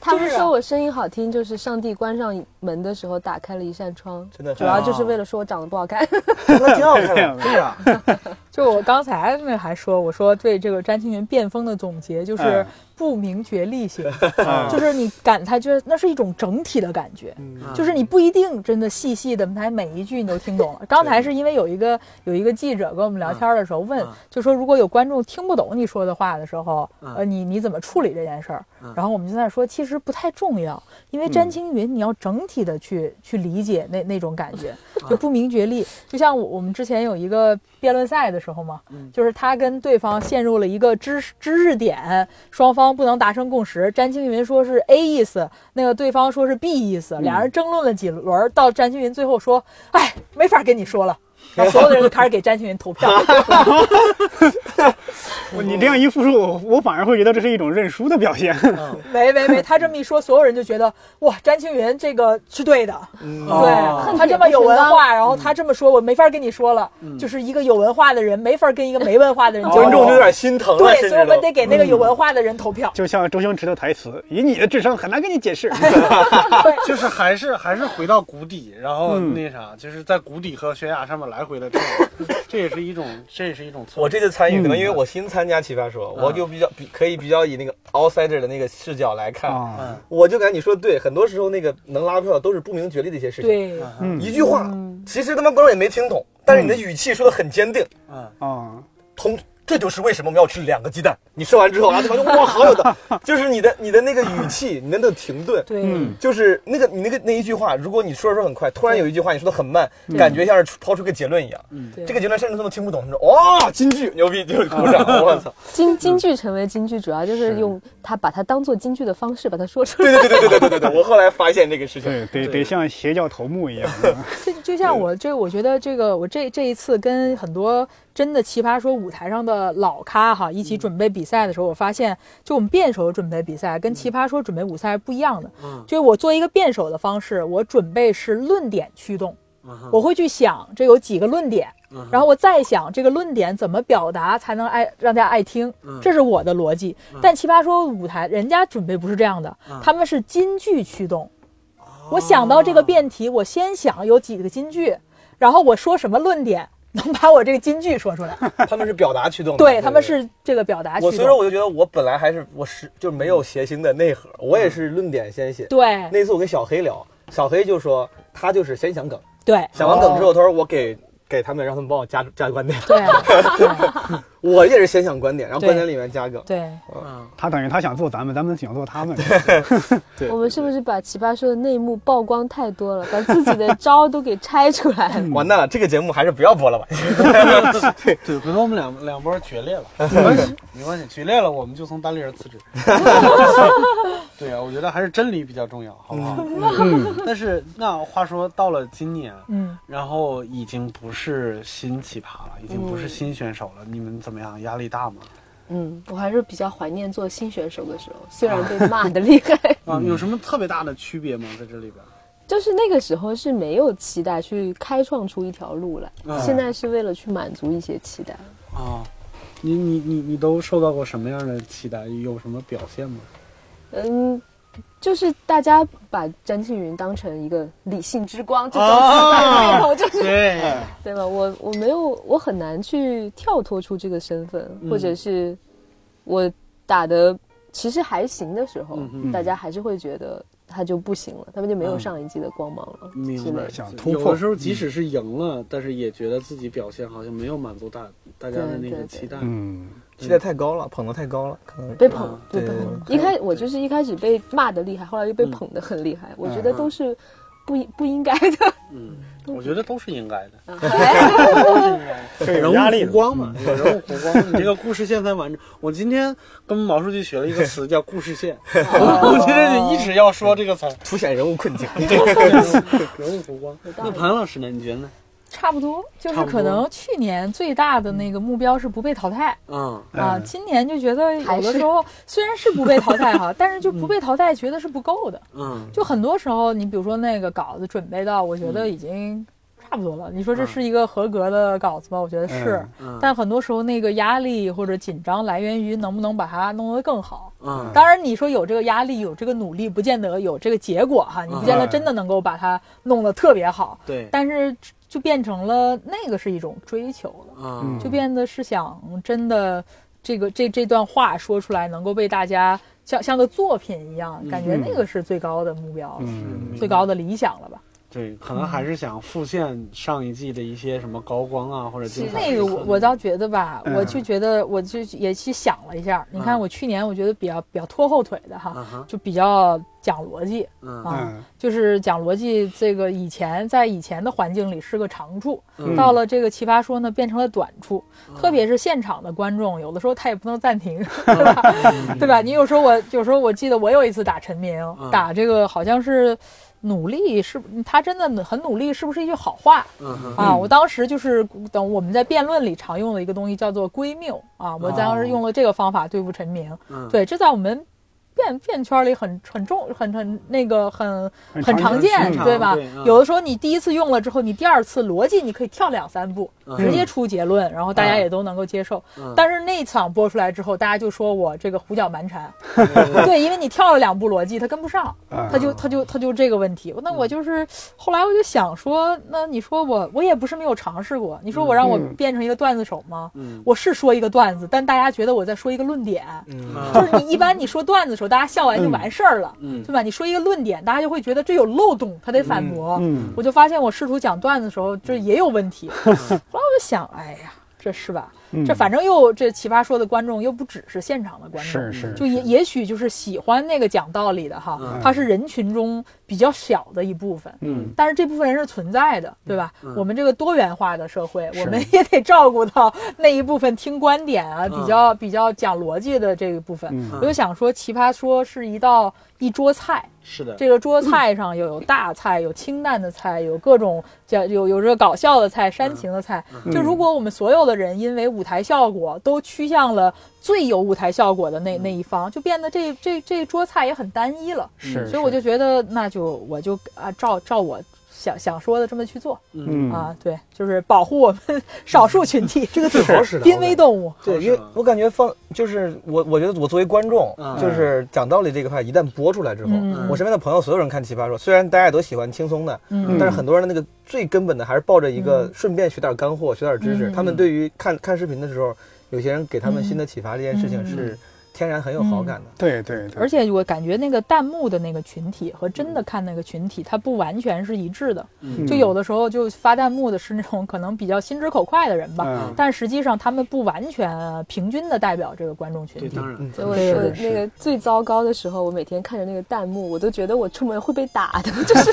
F: 他们说我声音好听，就是上帝关上门的时候打开了一扇窗，
D: 真的很
F: 主要就是为了说我长得不好看。
D: 那挺好看
C: (laughs)
E: 哦
D: 的，
B: 是啊，
E: 就我刚才那还说，我说对这个詹青云变风的总结就是
C: 嗯
E: 不明觉厉型，
C: 嗯
E: 就是你感叹，就是那是一种整体的感觉，
B: 嗯
E: 就是你不一定真的细细的他每一句你都
B: (laughs)
E: 听懂了。刚才是因为有一个有一个记者跟我们聊天的时候问
B: 嗯，
E: 就说如果有观众听不懂你说的话的时候，
B: 嗯
E: 呃，你你怎么处理这件事儿
B: 嗯？
E: 然后我们就在那说，其实不太重要，因为詹青云你要整体的去去理解那那种感觉，
B: 嗯
E: 就不明觉厉。就像我我们之前有一个辩论赛的时候嘛，
B: 嗯
E: 就是他跟对方陷入了一个知识知识点，双方不能达成共识。詹青云说是 A 意思，那个对方说是 B 意
D: 嗯
E: 思，两人争论了几轮，到詹青云最后说：“哎，没法跟你说
D: (laughs)
E: 了。”然后所有的人就开始给詹青云投票。
C: 我你这样一复述，我我反而会觉得这是一种认输的表现。
E: 没没没，他这么一说，所有人就觉得哇，詹青云这个是对的，
D: 嗯哦
E: 对他这么有文化，然后他这么说，我没法跟你说了，
D: 嗯
E: 就是一个有文化的人没法跟一个没文化的人交
D: 观众就有 (laughs)
E: 流。
D: 点心疼了，
E: 对，
D: 甚
E: 所以我
D: 至
E: 们
D: 都
E: 得给那个有文化的人投
D: (laughs)
E: 票。
C: (laughs) 就像周星驰的台词：“以你的智商很难跟你解
E: (laughs)
C: 释。
E: 对，
B: 就是还是还是回到谷底，然后
F: 嗯
B: 那啥，就是在谷底和悬崖上面来回的跳，这也是一种，这也是一种错。
D: 我这次参
C: 嗯
D: 与，可能因为我新参加奇葩说，
C: 啊
D: 我就比较比可以比较以那个 outsider 的那个视角
C: (laughs)
E: 嗯
D: 来”看。
C: 啊，
D: 我就感觉你说的对，很多时候那个能拉票都是不明觉厉的一些事情。
E: 对，
C: 嗯
D: 一句话，其实他妈观众也没听懂，但是你的语气说的很坚定，
B: 嗯，
C: 啊，
D: 同这就是为什么我们要吃两个鸡蛋。你说完之后，然啊后对方就哇，好有
C: (laughs)
D: 道，就是你的你的那个语气，你的那个停顿，
E: 对，
C: 嗯
D: 就是那个你那个那一句话，如果你说着说得很快，突然有一句话你说的很慢，
C: 嗯
D: 感觉像是抛出个结论一样。
E: 对
D: 这个结论甚至都听不懂，你说哇，金句牛逼，就是鼓掌，我操！
F: (laughs) 京京剧成为京剧，主要嗯就是用它把它当做京剧的方式把它说出来。
D: 对对对对对对对对，我后来发现这个事情，
C: 对，得得像邪教头目一样。
E: 这 (laughs) 就像我这，我觉得这个我这这一次跟很多真的奇葩说舞台上的老咖哈一
B: 嗯
E: 起准备比赛的时候，我发现，就我们辩手准备比赛跟奇葩说准备舞赛是不一样的。
B: 嗯
E: 就是我做一个辩手的方式，我准备是论点驱动
B: 嗯哼，嗯
E: 我会去想这有几个论点，然后我再想这个论点怎么表达才能爱让大家爱听，
B: 嗯
E: 这是我的逻辑。但奇葩说舞台人家准备不是这样的，
B: 嗯
E: 他们是金句驱动。我想到这个辩题，我先想有几个金句，然后我说什么论点，能把我这个金句说出来。
D: 他们是表达驱动的，
E: 对，他们是这个表达
D: 我
E: 驱
D: 所以说
E: 动。
D: 我就觉得我本来还是我是就没有谐星的内核，我也是论点先写。
E: 对
D: 那次我跟小黑聊，小黑就说他就是先想梗，
E: 对
D: 想完梗之后，他说我给给他们，让他们帮我加加观点。
E: 对对
D: 我也是先想观点，然后
E: 对
D: 观点里面加梗。
E: 对，
B: 啊，
C: 他等于他想做咱们，咱们想做他们。
D: 对，
F: 我们是不是把奇葩说的内幕曝光太多了，把自己的招都给拆出来了？
D: 完蛋了？这个节目还是不要播了吧。
B: 对，回头我们两两波决裂了，没关系，没关系，决裂了我们就从单立人辞职。对啊，我觉得还是真理比较重要，好不好？嗯。 (laughs) 但是那话说到了今年，
E: 嗯，
B: 然后已经不是新奇葩了，已经不是新选手了，你们怎么样？压力大吗？
F: 嗯，我还是比较怀念做新选手的时候，虽然被骂的厉害，
B: 啊，有什么特别大的区别吗？在这里边？
F: (laughs) 就是那个时候是没有期待去开创出一条路来，
B: 嗯
F: 现在是为了去满足一些期待。
B: 啊，你你你你都受到过什么样的期待？有什么表现吗？
F: 嗯，就是大家把詹庆云当成一个理性之光这种期待
B: 啊
F: 面孔，就是
B: 对，
F: (laughs) 对吧？我我没有，我很难去跳脱出这个身份，
B: 嗯
F: 或者是我打的其实还行的时候，
B: 嗯哼
F: 大家还是会觉得他就不行了，他们就没有上一季的光芒了、之
B: 明
F: 类
B: 白。
F: 的。
C: 想突
B: 有
C: 破
B: 的时候即使是赢了，但是也觉得自己表现好像没有满足大大家的那
F: 对
B: 个
F: 对
B: 期待。
C: 嗯，
D: 期待太高了，捧得太高了，可能
F: 被捧
B: 啊，
F: 被
D: 对
F: 捧了。
D: 对
F: 一开我就是一开始被骂的厉害，后来又
B: 嗯
F: 被捧的很厉害。我觉得都是不应不应该的。
B: 嗯，我觉得都是应该的，
E: 嗯
F: 哎
C: 对，
B: 人
C: 有压力
B: 物弧
C: 的
B: 光嘛，有人物弧光。你这个故事线才完整。 (laughs) 我今天跟毛书记学了一个词叫故事线，我今天就一直要说这个词儿，
D: 凸显人物困境。
B: 人物弧光。那潘老师呢？你觉得呢？
E: 差不多，就
B: 差不
E: 是可
B: 多
E: 能去年最大的那个目标是不被淘汰。
B: 嗯，
E: 啊，
C: 嗯
E: 今年就觉得有
F: 还
E: 的
F: 是
E: 时候虽然是不被淘汰哈，但是就不被淘汰觉得是不够的。
B: 嗯，
E: 就很多时候，你比如说那个稿子准备到，我觉得已经差不多了。你说这是一个合格的稿子吗？我觉得是，
B: 嗯
E: 但很多时候那个压力或者紧张来源于能不能把它弄得更好。
B: 嗯，
E: 当然，你说有这个压力，有这个努力，不见得有这个结果哈，你
B: 嗯
E: 不见得真的能够把它弄得特别好，
B: 对，
E: 但是就变成了那个是一种追求了。
B: 嗯，
E: 就变得是想真的这个这这段话说出来能够被大家像像个作品
B: 嗯
E: 一样，感觉那个是最高的目标了，
C: 嗯
E: 最高的理想了吧？
B: 对，可能还是想复现上一季的一些什么高光啊，或者精彩的
E: 那个我我倒觉得吧，
C: 嗯
E: 我就觉得我就也去想了一下，你
B: 嗯
E: 看我去年我觉得比较比较拖后腿的哈，
B: 啊哈，
E: 就比较讲逻辑
B: 嗯
E: 啊。
C: 嗯，
E: 就是讲逻辑，这个以前在以前的环境里是个长处，
B: 嗯
E: 到了这个奇葩说呢，变成了短处。特别是现场的观众，有的时候他也不能
B: (laughs)
E: 暂停，对吧？对吧？你有时候我有时候我记得我有一次打陈明，
B: 嗯
E: 打这个好像是努力是他真的很努力，是不是一句好话？
B: 嗯哼
E: 啊，我当时就是等我们在辩论里常用的一个东西叫做归谬啊，我当时用了这个方法对付陈明，
B: 嗯
E: 对，这在我们辩辩圈里很很重很很那个很很常见，
B: 常
E: 对吧
B: 对嗯？
E: 有的时候你第一次用了之后，你第二次逻辑你可以跳两三步，
B: 嗯
E: 直接出结论，然后大家也都能够接受
B: 嗯。
E: 但是那场播出来之后，大家就说我这个胡搅蛮缠， (laughs) 对，因为你跳了两步逻辑，它跟不上。他
C: 他
E: 就他就他就这个问题。那
C: 嗯
E: 我就是后来我就想说，那你说我我也不是没有尝试过，你说我让我
C: 嗯
E: 变成一个段子手吗？
B: 嗯
E: 我是说一个段子，但大家觉得我在说一个论点。
B: 啊
E: 就是你一般你说段子的时候，大家笑完就完事儿了，
B: 嗯
E: 对吧？你说一个论点，大家就会觉得这有漏洞，他得反驳。
C: 嗯
E: 我就发现我试图讲段子的时候，这也有问题。后来我就想，哎呀，这是吧？嗯这
C: 嗯
E: 反正又这奇葩说的观众又不只是现场的观众，
C: 是是，
E: 就也也许就是喜欢那个讲道理的哈，他是人群中比较小的一部分，
C: 嗯，
E: 但是这部分人是存在的，对吧？我们这个多元化的社会，
C: 是
E: 我们也得照顾到那一部分听观点啊，比较比较讲逻辑的这一部分。
C: 嗯
E: 我就想说，奇葩说是一道一桌菜，
C: 嗯
B: 是的，
E: 这个桌菜上又有大菜，有清淡的菜，有各种叫有有这个搞笑的菜、煽情的菜。
C: 嗯
E: 就如果我们所有的人因为舞台效果都趋向了最有舞台效果的那那一方，就变得这这这桌菜也很单一了。
C: 是，
E: 所以我就觉得，那就我就啊照照我想想说的这么去做
C: 嗯
E: 啊，对，就是保护我们少数群体，
D: 这个挺好使的，
E: 濒危动物。
D: 对，因为我感觉放就是我，我觉得我作为观众，
B: 嗯
D: 就是讲道理这个块，一旦播出来之后，
E: 嗯
D: 我身边的朋友所有人看《奇葩说》，虽然大家都喜欢轻松的，
E: 嗯
D: 但是很多人的那个最根本的还是抱着一个
E: 嗯
D: 顺便学点干货、学点知识。
E: 嗯
D: 他们对于看看视频的时候，有些人给他们新的启发，这件事情
E: 嗯
D: 是天然很有好感的。
C: 对对对，
E: 而且我感觉那个弹幕的那个群体和真的看那个群体，它不完全是一致的。
C: 嗯
E: 就有的时候就发弹幕的是那种可能比较心直口快的人吧，
C: 嗯
E: 但实际上他们不完全平均的代表这个观众群
B: 对，
E: 体。
B: 当然，
D: 嗯，
F: 所以我
E: 是
F: 我
C: 是
F: 那个最糟糕的时候，我每天看着那个弹幕，我都觉得我出门会被打的，
B: (laughs)
F: 就是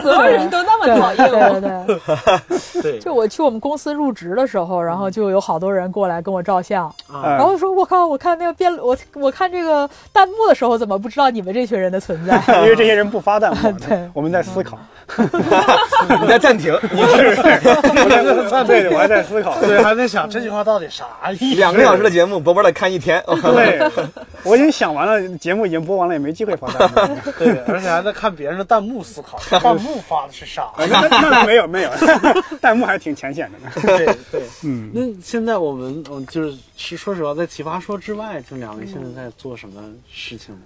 F: 所有人都那么
E: 对
F: 讨厌
E: 对
F: 我。
E: 对对， (laughs)
B: 对
E: 就我去我们公司入职的时候，然后就有好多人过来跟我照相，
B: 啊，
E: 然后说：“我靠，我看那个辩论，我我看这个弹幕的时候，怎么不知道你们这群人的存在？
F: (laughs)
C: (laughs) 因为这些人不发弹
E: (laughs)
C: 幕
E: 对，嗯
C: 我们在思考，
D: 你在暂停，
C: (laughs)
D: 你
C: 我在 (laughs) 对，我还在思考。
B: 对，还在想这句话到底啥意思？
D: 两个小时的节目，博博得看一天。
C: 对，我已经想完了，节目已经播完了，也没机会发弹幕。
B: 对，而且还在看别人的弹幕思考，弹幕发的是啥？
C: (laughs) 那那没有没有，弹幕还是挺浅显的呢。
B: 对对。
C: (laughs) 嗯，
B: 那现在我们，嗯，就是是说实话，在《奇葩说》之外，这两位现在在做什么事情呢？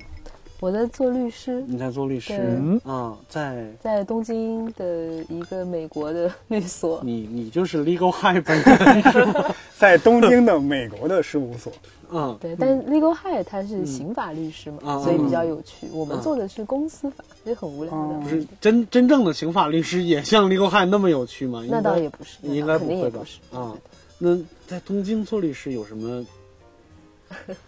F: 我在做律师，
B: 你在做律师
C: 嗯，
B: 嗯，在
F: 在东京的一个美国的律所，
B: 你你就是 Legal High 本人，是吗？
C: 在东京的美国的事务所，
B: 嗯，
F: 对，但是 legal high 它是刑法律师嘛，
B: 嗯
F: 所以比较有趣。我们
B: 嗯
F: 做的是公司法，也很无聊的。
B: 哦不是真真正的刑法律师也像 Legal High 那么有趣吗？应该
F: 那倒也不是，
B: 应该
F: 那倒
B: 不
F: 肯定
B: 会
F: 也
B: 吧
F: 不是？
B: 啊，那在东京做律师有什么？ (laughs)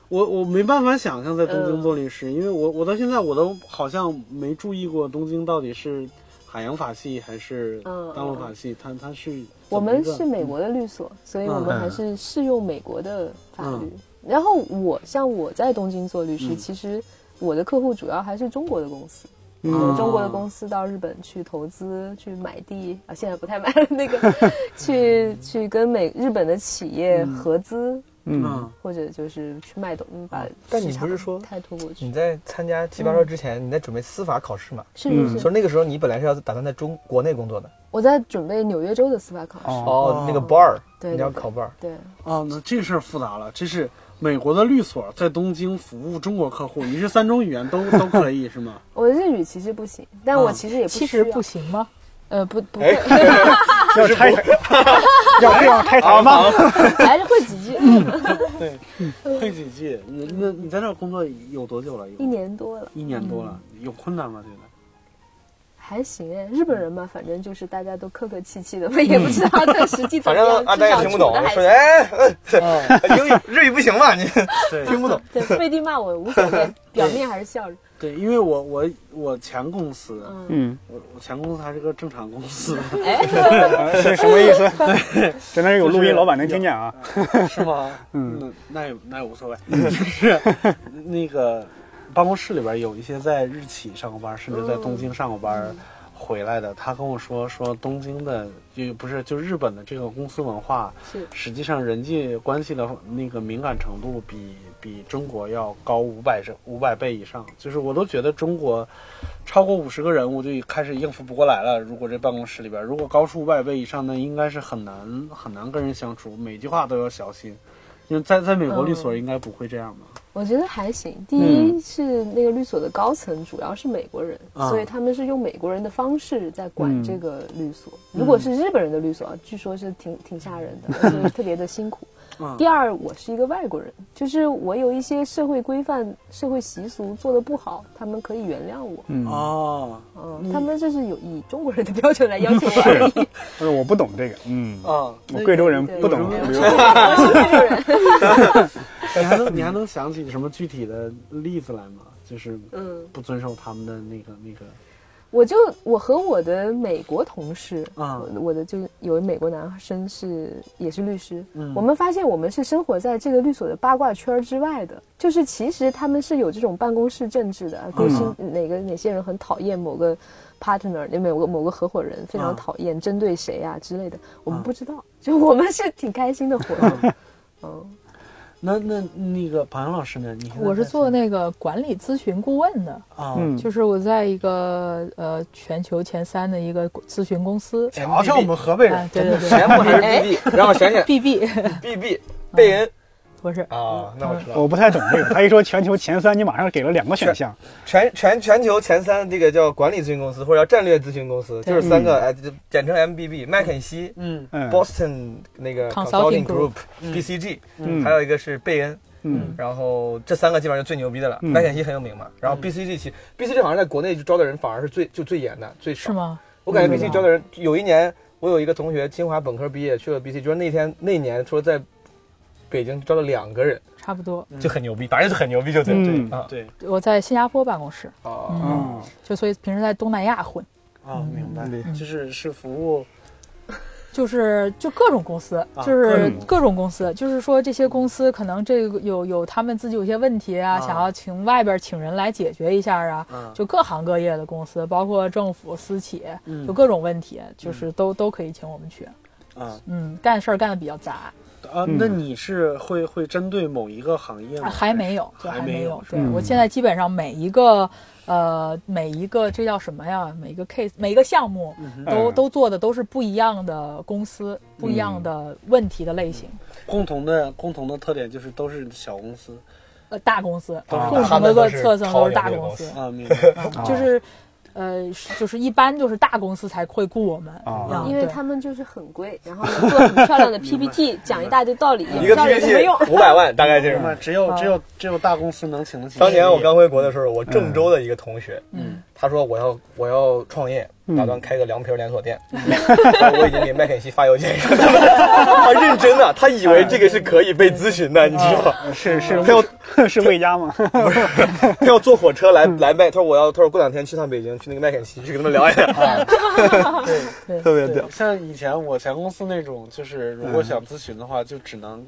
B: 我我没办法想象在东京做律
F: 嗯
B: 师，因为我我到现在我都好像没注意过东京到底是海洋法系还是
F: 嗯
B: 大陆法系，它它是
F: 我们
B: 怎么一
F: 是
B: 个
F: 美国的律所，所以我们
A: 嗯
F: 还是适用美国的法律。
B: 嗯
F: 然后我像我在东京做律师，
B: 嗯
F: 其实我的客户主要还是中国的公司，
B: 嗯
F: 中国的公司到日本去投资、去买地啊，现在不太买了，那个去去跟美日本的企业合资，
C: 嗯，
B: 嗯
F: 或者就是去卖东，嗯把
D: 但你
F: 市场
D: 不是说
F: 太拖过
D: (laughs)
F: 去
D: 你？在参加《奇葩说》之前，你在准备司法考试嘛？
F: 是
C: 嗯
F: 是
D: 所以
F: 是，
D: 那个时候你本来是要打算在中国内工作的
F: 我在准备纽约州的司法考试，
C: 哦，
D: 哦，那个 bar，
F: 对
D: 你要
F: 对对
D: 考 bar。
F: 对，
B: 哦，那这事儿复杂了，这是美国的律所在东京服务中国客户，一日三种语
F: (laughs)
B: 言都都可以是吗？
F: 我的日语其实不行，但我
B: 嗯
F: 其实也不
E: 其实
F: 需要
E: 不行吗？
F: 呃，不不
D: 哎
F: 会，
C: 要拆，要要开台吗？
F: 还是会几句，
D: 嗯
B: 对，会几句。你那你在这儿工作有多久了？一
F: 嗯一年嗯多了，
B: 一年多了，有困难吗？觉得？
F: 还行哎。日本人嘛，反正就是大家都客客气气的，我也不知道他实际怎
D: 反
F: 么样
D: 正，阿
F: 至
D: 丹也
F: 少
D: 听不
F: 处
D: 懂
F: 得，还
D: 说
F: 行。
D: 哎，呃英语日语不行吧？你
B: 对，
D: 听不懂。
F: 对，背地骂我无
D: (laughs)
F: 所谓，表面还是笑着。
B: 对，因为我我我前公司，
F: 嗯，
C: 嗯，
B: 我我前公司还是个正常公司， (laughs)
C: 呃是什么意思？ (laughs) 真的是有录音，老板能听见啊？
B: 是吗？嗯
C: 嗯
B: 那那也那也无所谓，就是 (laughs) 那个办公室里边有一些在日企上过班，甚至在东京上过班回来的，他跟我说说东京的就不是就日本的这个公司文化，
F: 是
B: 实际上人际关系的那个敏感程度比比中国要高五百是五百倍以上，就是我都觉得中国超过五十个人我就开始应付不过来了。如果这办公室里边如果高出五百倍以上，那应该是很难很难跟人相处，每句话都要小心。因为在在美国律所应该不会这样吧？
F: 我觉得还
C: 嗯
F: 行。第一是那个律所的高层主要是美国人，
B: 啊
F: 所以他们是用美国人的方式在
C: 嗯
F: 管这个律所。如果是日本人的律所啊，据说是挺挺吓人的，
C: (laughs)
F: 就是特别的辛苦。
C: 啊
B: 嗯
F: 第二，我是一个外国人，就是我有一些社会规范、社会习俗做的不好，他们可以原谅我。
C: 嗯，
B: 哦，
F: 嗯，他们这是有以中国人的标准
C: (laughs)
F: 来要求我而已。
C: 不是我不懂这个，嗯，
B: 啊，
C: 我贵州人
F: 对
C: 不懂
B: 有什么
C: 旅游，
F: 我是贵州人。
B: 你还
C: (laughs)
B: 能你还能想起什么具体的例子来吗？就是
F: 嗯，
B: 不遵守他们的那个那个
F: 我就我和我的美国同事，
B: 啊
F: 我我的就是有一美国男生是也是律师，
B: 嗯
F: 我们发现我们是生活在这个律所的八卦圈儿之外的，就是其实他们是有这种办公室政治的，勾心、哪个哪些人很讨厌某个 partner，那某个某个合伙人非常
B: 啊
F: 讨厌，针对谁啊之类的，我们
B: 啊
F: 不知道，就我们是挺开心的活着，嗯，
B: 那那那个庞洋老师呢？你现在
E: 我是
B: 在
E: 做那个管理咨询顾问的，
B: 啊，
C: 嗯，
E: 就是我在一个呃全球前三的一个咨询公司，
B: 瞧瞧我们河北人
E: 啊，对对
D: 钱
E: 对
D: 不还是 BB，让我想想
E: ，BB
D: ，BB 贝恩
E: 不是，
D: 啊，那我知道了，
C: 我不太懂这个。他一说全球前三，你马上给了两个选项，
D: 全全全球前三这个叫管理咨询公司或者叫战略咨询公司，就是三个哎，就简称 MBB，麦肯锡、
B: 嗯
C: 嗯
D: Boston 那个 Consulting
E: Consulting Group
D: Group、BCG，
C: 嗯
D: 还有一个是贝恩，
C: 嗯
D: 然后这三个基本上就最牛逼的了。
C: 嗯
D: 麦肯锡很有名嘛，然后 BCG 其 BCG 好像在国内就招的人反而是最就最严的最
E: 是
D: 少。
E: 吗？
D: 我感觉
E: 嗯
D: BCG 招的人，有一年我有一个同学清华本科毕业去了 BCG，就是那天那年说在北京招了两个人，
E: 差不多，
D: 就很牛逼，反正就很牛逼就对
C: 嗯
D: 对啊
B: 对
E: 我在新加坡办公室，
D: 啊
E: 嗯，
C: 嗯
E: 就所以平时在东南亚混，
B: 啊，明白
D: 嗯，
B: 就是是服务
E: 就是就各种公司，
B: 啊
E: 就是
C: 各种
E: 各种公司，就是说这些公司可能这个有有他们自己有些问题啊，
B: 啊
E: 想要请外边请人来解决一下啊，
B: 啊，
E: 就各行各业的公司，包括政府、私企，
B: 嗯
E: 就各种问题，就是都都可以请我们去。
B: 啊
E: 嗯，干事儿干的比较杂，
B: 啊，
C: 嗯
B: 那你是会会针对某一个行业吗？
E: 啊还没有，就
B: 哎还
E: 没
B: 没
E: 有
B: 有。
E: 对
C: 吧
E: 我现在基本上每一个，呃，每一个这叫什么呀？每一个 case，每一个项目
B: 哼
E: 都
D: 哎
C: 嗯
E: 都做的都是不一样的公司，不
D: 嗯
E: 一样的问题的类型。
B: 共同的共同的特点就是都是小公司
E: 呃，大公司
B: 都是
E: 共
D: 啊他
E: 同的
D: 们都
E: 个
D: 是
E: 特征都是
D: 超
E: 大
D: 牛的
E: 公
D: 公 (laughs)
E: 司，
B: 啊，明 (laughs) 白。
E: 啊就是。呃，是就是一般就是大公司才会雇我们，
C: 啊
E: 嗯
F: 因为
E: 对
F: 他们就是很贵，然后呢做很漂亮的 PPT，讲一大堆道理，也不
D: 一
F: 知
D: 个
F: 道有什
D: PPT
F: 么用。
D: 五百万大概这
B: 明
D: 种。
B: 白，只有只有只有大公司能请得起。
D: (laughs) 当年我刚回国的时候，我郑州的一个同学，
E: 嗯，
D: 他说我要我要创业，
C: 嗯
D: 打算开个凉皮儿连锁店。 (laughs) 然后我已经给麦肯锡发邮件， (laughs) 他认真的，他以为这个是可以被咨询的，你知道吗？
C: (laughs) 是是魏 (laughs) 是魏家吗？
D: 他要坐火车来来麦，他说我要，他说过两天去趟北京，去那个麦肯锡去跟他们聊一聊，
B: 对
D: 特别
B: 对，。像以前我前公司那种，就是如果想咨询的话，就只能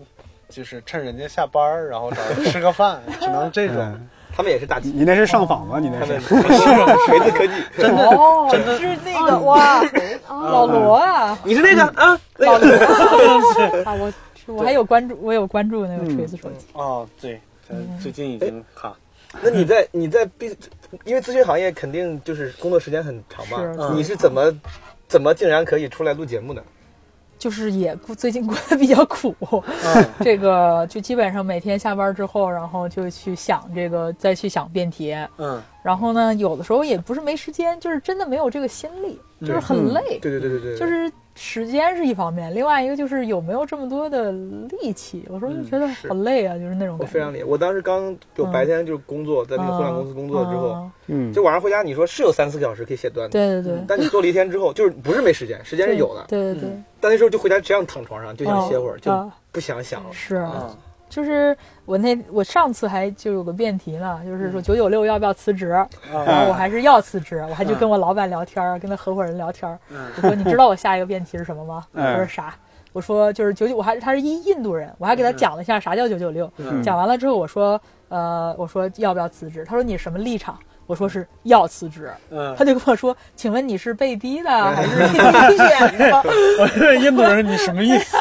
B: 就是趁人家下班儿，然后找人吃个饭，只能这种。
D: 他们也是大企，
C: 你那是上访吗？你那
D: 他们 (laughs)
C: 是
D: 是锤子科技，真的，
E: 哦，
B: 真的
E: 是那个哇，老罗啊，
B: 嗯 (laughs)
D: 你是那个啊，那个
E: 啊，我我还有关注，我有关注那个锤子手机。
B: 哦，对，嗯最近已经卡。
D: 那你在你在 B，因为咨询行业肯定就是工作时间很长
E: 是啊
D: 嘛，
B: 嗯
D: 你是怎么怎么竟然可以出来录节目呢？
E: 就是也过最近过得比较苦，
D: 嗯
E: (laughs) 这个就基本上每天下班之后，然后就去想这个，再去想辩题，
B: 嗯
E: 然后呢，有的时候也不是没时间，就是真的没有这个心力，就是很累，
D: 对对对对对，
E: 就是时间是一方面，另外一个就是有没有这么多的力气，有时候就觉得
D: 嗯是
E: 好累啊，就是那种
D: 我
E: 感觉。
D: 非常理解。我当时刚有
E: 嗯
D: 白天就是工作，在那个互联
E: 啊
D: 网公司工作之后，
E: 啊
C: 嗯
D: 就晚上回家，你说是有三四个小时可以写段子，
E: 对对对，
D: 但你做了一天之后，就是不是没时嗯间，时间是有的，
E: 对对对，
D: 但那时候就回家只想躺床上，就想歇会儿，
E: 哦
D: 就
E: 啊
D: 不想想了。
E: 是啊
B: 嗯
E: 就是我那我上次还就有个辩题呢，就是说九九六要不
B: (laughs)
E: 要辞职，
B: 啊
E: 然后我还是要辞职，我还就跟我老板聊天儿，跟他合伙人聊天儿，
B: 嗯
E: 我说你知道我下一个辩题是什么
B: (laughs)
E: 吗？
C: 嗯
E: 他说啥？我说就是九九，我还他是一印度人，我还给他讲了一下啥叫九九六。
B: 嗯
E: 讲完了之后，我说呃，我说要不要辞职？他说你什么立场？我说是要辞职，
B: 嗯
E: 他，就跟我说，请问你是被逼的还是你选的？
B: 我这印度人，你什么意思？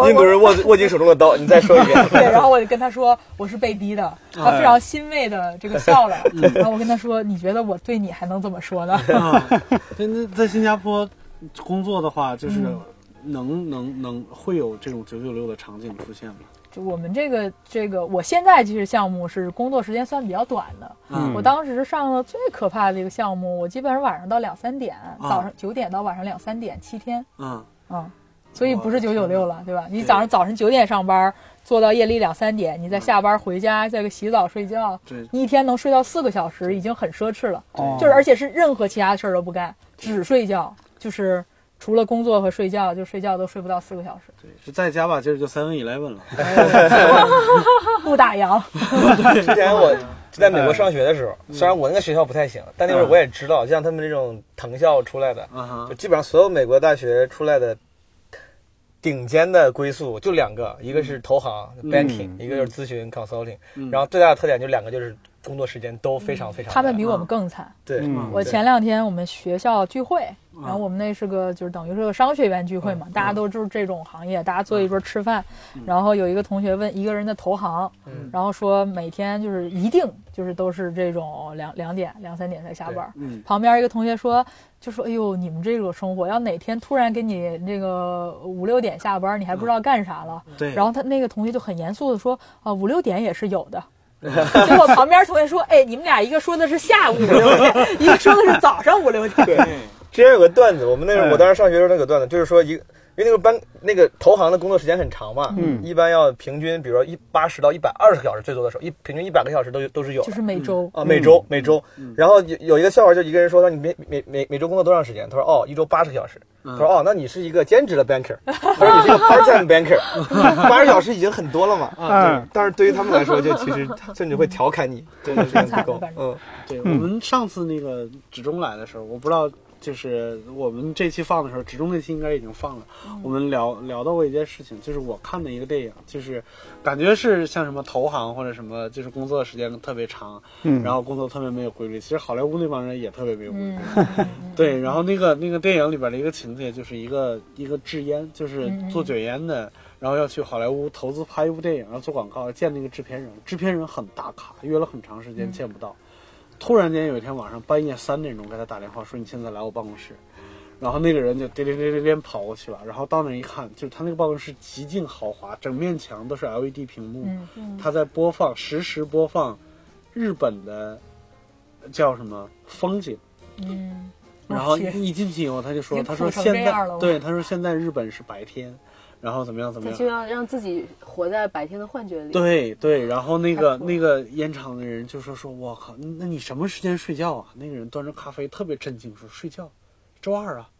D: (laughs) 印度人握握紧手中的刀，你再说一遍。
E: (laughs) 对，然后我就跟他说我是被逼
B: (laughs)
E: 的，
B: 哎
E: 他非常欣慰的这个笑了。
B: 嗯
E: 然后我跟他说，你觉得我对你还能怎么
B: (laughs)
E: 说呢？ (laughs)
B: 啊，那那在新加坡工作的话，就是
E: 嗯
B: 能能能会有这种九九六的场景出现吗？
E: 就我们这个这个，我现在其实项目是工作时间算比较短的。
B: 嗯
E: 我当时上了最可怕的一个项目，我基本上晚上到两三点，
B: 啊
E: 早上九点到晚上两三点，七天，
B: 嗯
E: 嗯，所以不是
B: 我的
E: 九
B: 天
E: 九六了，对吧？你早上早上九点上班，做到夜里两三点，你再下班回家，再个洗澡睡觉，
B: 对
E: 你一天能睡到四个小时，已经很奢侈了。
C: 哦
E: 就是而且是任何其他的事儿都不干，只睡觉，就是除了工作和睡觉，就睡觉都睡不到四个小时，
B: 对，是再加把劲儿就 seven eleven 了。
E: 不打烊。
D: 之前我就在美国上学的时候，虽然我那个学校不太行，但那会儿我也知道，像他们这种藤校出来的，
B: 啊哈
D: 就，基本上所有美国大学出来的顶尖的归宿就两个，一个是投行 banking，一个就是咨询 consulting，然后最大的特点就两个就是工作时间都非常非常。啊
E: 他们比我们更惨。
D: 对，
C: 嗯
E: 我
D: 对
E: 前两天我们学校聚会，然后我们那是个就是等于是个商学院聚会嘛，大家都就是这种行业，大家坐一桌吃饭，然后有一个同学问一个人的投行，
D: 嗯
E: 然后说每天就是一定就是都是这种两两点两三点才下班，
C: 嗯
E: 旁边一个同学说，就说：“哎呦，你们这个生活，要哪天突然给你这个五六点下班，你还不知道干啥了。
B: 对
E: 然后他那个同学就很严肃的说：“啊，五六点也是有的。” (laughs) 结果旁边同学说：“哎，你们俩一个说的是下午五六点，一个说的是早上五
D: (laughs)
E: 六
D: (laughs)
E: 点。
D: 对，之前有个段子，我们那时候
C: 嗯
D: 我当时上学的时候那个段子，就是说一个，因为那个班那个投行的工作时间很长嘛，
C: 嗯
D: 一般要平均，比如说一八十到一百二十个小时，最多的时候一平均一百个小时都有都是有”的
E: 就是每周，
D: 啊，每周每周。然后有有一个笑话，就一个人说，他你每每每每周工作多长时间？他说哦，一周八十个小时。他说哦，那你是一个兼职的 banker，他说你是一个 part time banker，八十小时已经很多了嘛。
B: 啊
C: 嗯
D: 对但是对于他们来说，就其实甚至会调侃你，对，时间不够
E: 反。正
D: 嗯，
B: 对，我们上次那个职中来的时候，我不知道，就是我们这期放的时候，职中那期应该已经放了。
E: 嗯
B: 我们聊聊到过一件事情，就是我看的一个电影，就是感觉是像什么投行或者什么，就是工作时间特别长，
C: 嗯
B: 然后工作特别没有规律。其实好莱坞那帮人也特别没有规律。
E: 嗯，
B: 对，然后那个那个电影里边的一个情节，就是一个一个制烟，就是
E: 嗯嗯
B: 做卷烟的，然后要去好莱坞投资拍一部电影，然后做广告，见那个制片人，制片人很大咖，约了很长时
E: 嗯
B: 间见不到，突然间有一天晚上半夜三点钟给他打电话说你现在来我办公室，然后那个人就颠颠颠颠颠跑过去了，然后到那一看，就是他那个办公室极尽豪华，整面墙都是 LED 屏幕，
E: 嗯
B: 他在播放实时播放日本的叫什么风景。
E: 嗯，
B: 然后
F: 哦
E: 我去
B: 一进去以后，他就说
E: 已：“经
B: 他
E: 苦
B: 说
E: 成
B: 现
E: 这
B: 在
E: 样了我
B: 对，他说现在日本是白天，然后怎么样怎么
F: 他就
B: 样。
F: 要让自己活在白天的幻觉里。，
B: 对对，然后那个
F: 太苦了
B: 那个烟厂的人就说说，我靠，那你什么时间睡觉啊？那个人端着咖啡，特别震惊说睡觉，周二啊。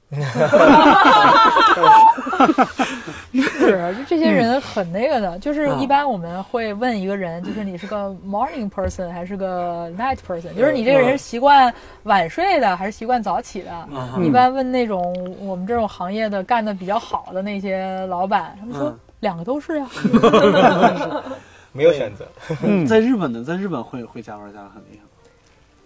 E: 是，啊就这些人很那个的，就是一般我们会问一个人，就是你是个 morning person 还是个 night person，就是你这个人是习惯晚睡的还是习惯早起的。
B: 嗯
E: 一般问那种我们这种行业的干的比较好的那些老板，他们说
B: 嗯
E: 两个都是呀。
D: 没有选择。
C: 嗯
B: 在日本的，在日本会会加班加的很厉害。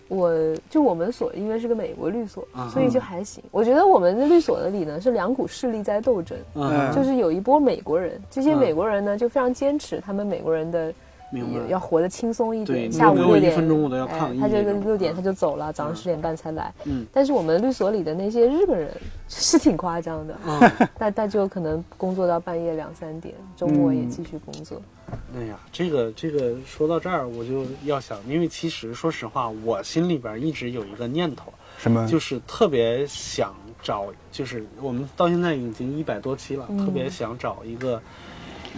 F: 我就我们所因为是个美国律所
B: 嗯，
F: 所以就还行。我觉得我们的律所的里呢是两股势力在斗争，
B: 嗯，
F: 就是有一波美国人，这些
B: 嗯
F: 美国人呢就非常坚持他们美国人的
B: 明白。
F: 要活得轻松一
B: 对
F: 点，
B: 你
F: 下午
B: 给我
F: 六
B: 一
F: 点，
B: 分钟我都要
F: 哎
B: 抗议
F: 他这
B: 那
F: 个
B: 种啊
F: 六点他就走了，早上十点半才来。
B: 嗯
F: 但是我们律所里的那些日本人是挺夸
B: (laughs)
F: 张的，
B: 嗯，
F: 那那就可能工作到半夜两三点，周末
B: 嗯
F: 也继续工作。 (laughs)
B: 哎呀，这个这个说到这儿，我就要想，因为其实说实话，我心里边一直有一个念头，啊
C: 什么？
B: 就是特别想找，就是我们到现在已经一百多期了，特
F: 嗯
B: 别想找一个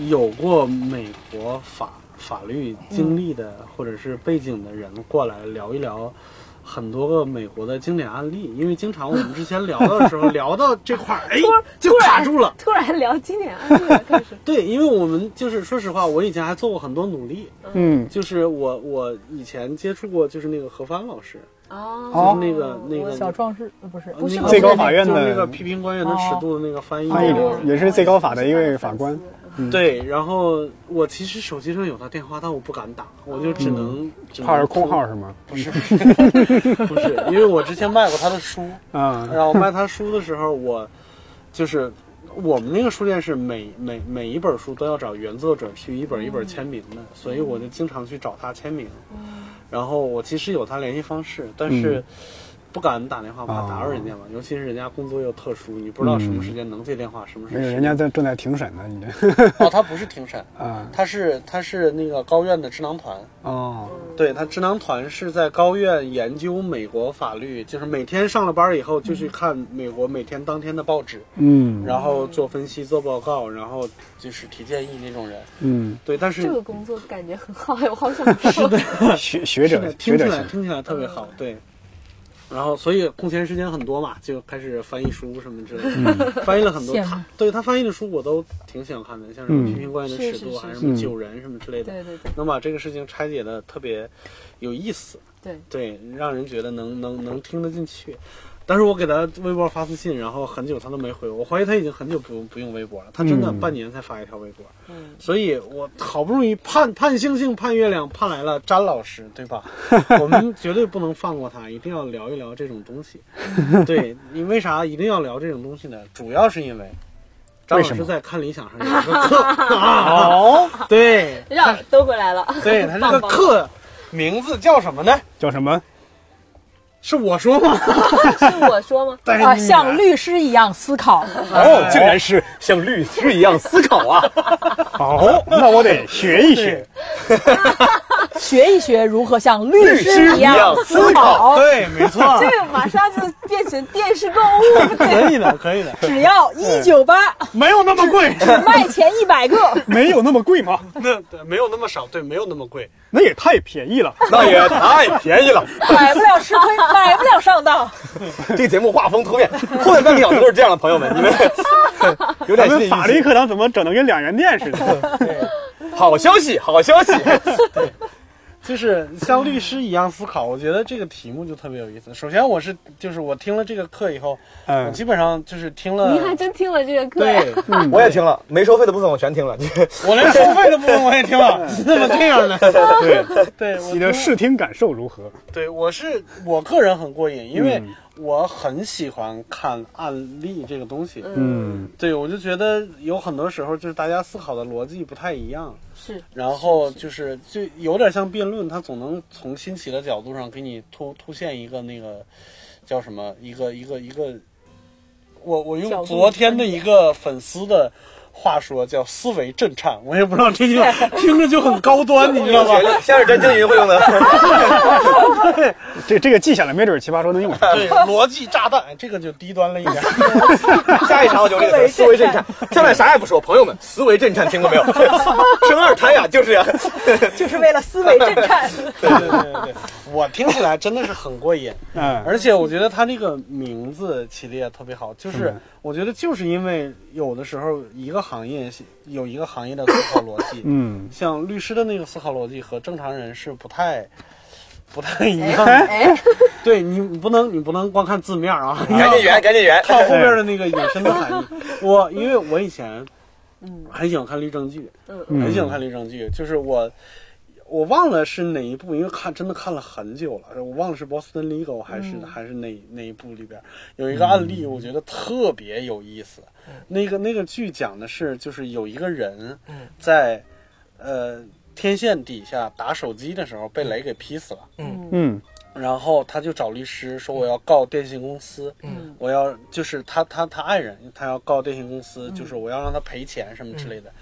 B: 有过美国法法律经历的、
F: 嗯
B: 或者是背景的人过来聊一聊。很多个美国的经典案例，因为经常我们之前聊的
F: (laughs)
B: 时候聊到这块儿，哎，就卡住了。
F: 突然聊经典案例了，开始
B: 对，因为我们就是说实话，我以前还做过很多努力，
C: 嗯
B: 就是我我以前接触过，就是那个何帆老师，
F: 哦，
B: 就是那个那个
E: 小壮士呃不是
B: 不是
C: 最高法院的
B: 就是那个批评官员的尺度的那个翻译啊
C: 翻译
F: 哦
C: 者也是最高法的一位法官。
B: 对，然后我其实手机上有他电话，但我不敢打，我就只能只能
C: 嗯号是空号是吗？
B: 不是不是不是， (laughs) 因为我之前卖过他的书，
C: 啊，
B: 然后卖他书的时候，我就是我们那个书店是每每每一本书都要找原作者去一本一本签名的，所以我就经常去找他签名。然后我其实有他联系方式，但
C: 嗯
B: 是不敢打电话，
C: 哦
B: 怕打扰人家嘛。尤其是人家工作又特殊，你不知道什么时间能接电话，什么时
C: 嗯没
B: 间
C: 有，人家在正在庭审呢，你这
B: 哦，他不是庭审，
C: 啊
B: 他是他是那个高院的智囊团，
C: 哦，
B: 对他智囊团是在高院研究美国法律，就是每天上了班以后就去看美国每天当天的报纸，
C: 嗯
B: 然后做分析、做报告，然后就是提建议那种人。
C: 嗯，
B: 对，但
F: 这
B: 是
F: 个工作感觉很好，哎我好想
B: (laughs)
F: 做。
C: 学学
B: 是
C: 者
B: 的
C: 学
B: 听起
C: 者
B: 来
C: 型，
B: 听起来特别好，对。然后，所以空闲时间很多嘛，就开始翻译书什么之类
C: 嗯
B: 的，翻译了很多。
E: 羡慕
B: 他对他翻译的书我都挺喜欢看的，像什么《
C: 嗯
B: 批评官员的
F: 是
B: 尺
F: 是
B: 度》
F: 是
B: 还
F: 是
B: 什么《
C: 嗯
B: 九人》什么之类的，
F: 对对对
B: 能把这个事情拆解的特别有意思。
F: 对，
B: 对，让人觉得能能能听得进去。但是我给他微博发私信，然后很久他都没回我，我怀疑他已经很久不不用微博了，他真的
C: 嗯
B: 半年才发一条微博，所以我好不容易盼盼星星盼月亮盼来了詹老师，对
C: (laughs)
B: 吧？我们绝对不能放过他，一定要聊一聊这种
C: (laughs)
B: 东西。对你为啥一定要聊这种东西呢？主要是因为张老
C: 为什
B: 师
C: 么哦
B: 在看理想上有一个课啊，对
F: 让都回来了。
B: 对，他这个课名字叫什么呢？
C: 叫什么？
B: 是我说吗？
F: (laughs) 是我说吗？
B: 但是
E: 啊，
B: 你
E: 像律师一样思考，
B: 哎
D: 哦，竟然是像律师一样思考啊！
C: 哦，那我得学一学。
E: 学一学如何像律
D: 律师
E: 师
D: 一
E: 一
D: 样
E: 样
D: 思
E: 思考。
B: 对，没错，
F: 这个马上就变成电视购物，
B: 可以的，可以的，
E: 只 (laughs) 要一九八，
B: 没有那么贵，
E: 卖钱一百 (laughs) 个，
C: (laughs) 没有那么贵吗？
B: 那对没有那么少，对，没有那么贵。
C: 那也太便宜了。
D: 那也太便宜了。
E: 买不了吃 (laughs) 亏，买不了上当。
D: 这个节目画风突变，后面半个小时都是这样的，朋友们，你们有
C: 咱
D: 点
C: 们
D: 心
C: 法律课堂怎么整的跟两元店似
B: (laughs)
C: 的？
D: 好消息，好消息。
B: 就是像律师一样思考，我觉得这个题目就特别有意思。首先，我是就是我听了这个课以后，我
C: 嗯，
B: 基本上就是听了
F: 你，还真听了这个课呀？
B: 呃对
D: 我也听了，没收费的部分我全听了。
B: (laughs) 我连收费的部分我也听了，怎么这样呢？
C: (laughs) 对，
B: 对，我
C: 你
B: 听
C: 的
B: 了
C: 视听感受如何？
B: 对，我是我个人很过瘾，因为
C: 嗯
B: 我很喜欢看案例这个东西。
C: 嗯，
B: 对，我就觉得有很多时候就是大家思考的逻辑不太一样，
F: 是
B: 然后就是就有点像辩论，它总能从新奇的角度上给你突凸现一个那个叫什么一个一个一个，我我
F: 角
B: 用
F: 度
B: 昨天的一个粉丝的。话说叫思维震颤，我也不知道这句话 (laughs) 听着就很高端，你知
F: (laughs)
B: 道吧？
D: 像是真金鱼会用的，
C: 这这个记下来，没准奇葩说能用上。
B: (laughs) 对，逻辑炸弹，哎这个就低端了一点。
D: 下一场我就这个词思维震颤。下面啥也不说，朋友们，思维震颤听过没有？生二胎呀，就是呀。
E: 就是为了思维震 (laughs) 颤。
B: 对对对对对，我听起来真的是很过瘾，
C: 嗯，
B: 而且我觉得他这个名字起的也特别好，就是
C: 嗯
B: 我觉得就是因为有的时候一个行业有一个行业的思考逻辑，
C: 嗯，
B: 像律师的那个思考逻辑和正常人是不太。不太一样的，
F: 哎，
B: 对你你不能你不能光看字面啊，
D: 赶紧圆，赶紧圆。
B: 看后面的 (laughs) 那个引申的含义。我因为我以前，
F: 嗯
B: 很喜欢看律政剧，
F: 嗯
C: 嗯
B: 很喜欢看律政剧，就是我。我忘了是哪一部，因为看真的看了很久了，我忘了是《波士顿 legal》还是、还是哪哪一部里边有一个案例，我觉得特别有意思。那个那个剧讲的是，就是有一个人在、呃天线底下打手机的时候被雷给劈死了，
C: 嗯，
B: 然后他就找律师说我要告电信公司，
F: 嗯，
B: 我要就是他他他爱人，他要告电信公司，就是我要让他赔钱什么之类的。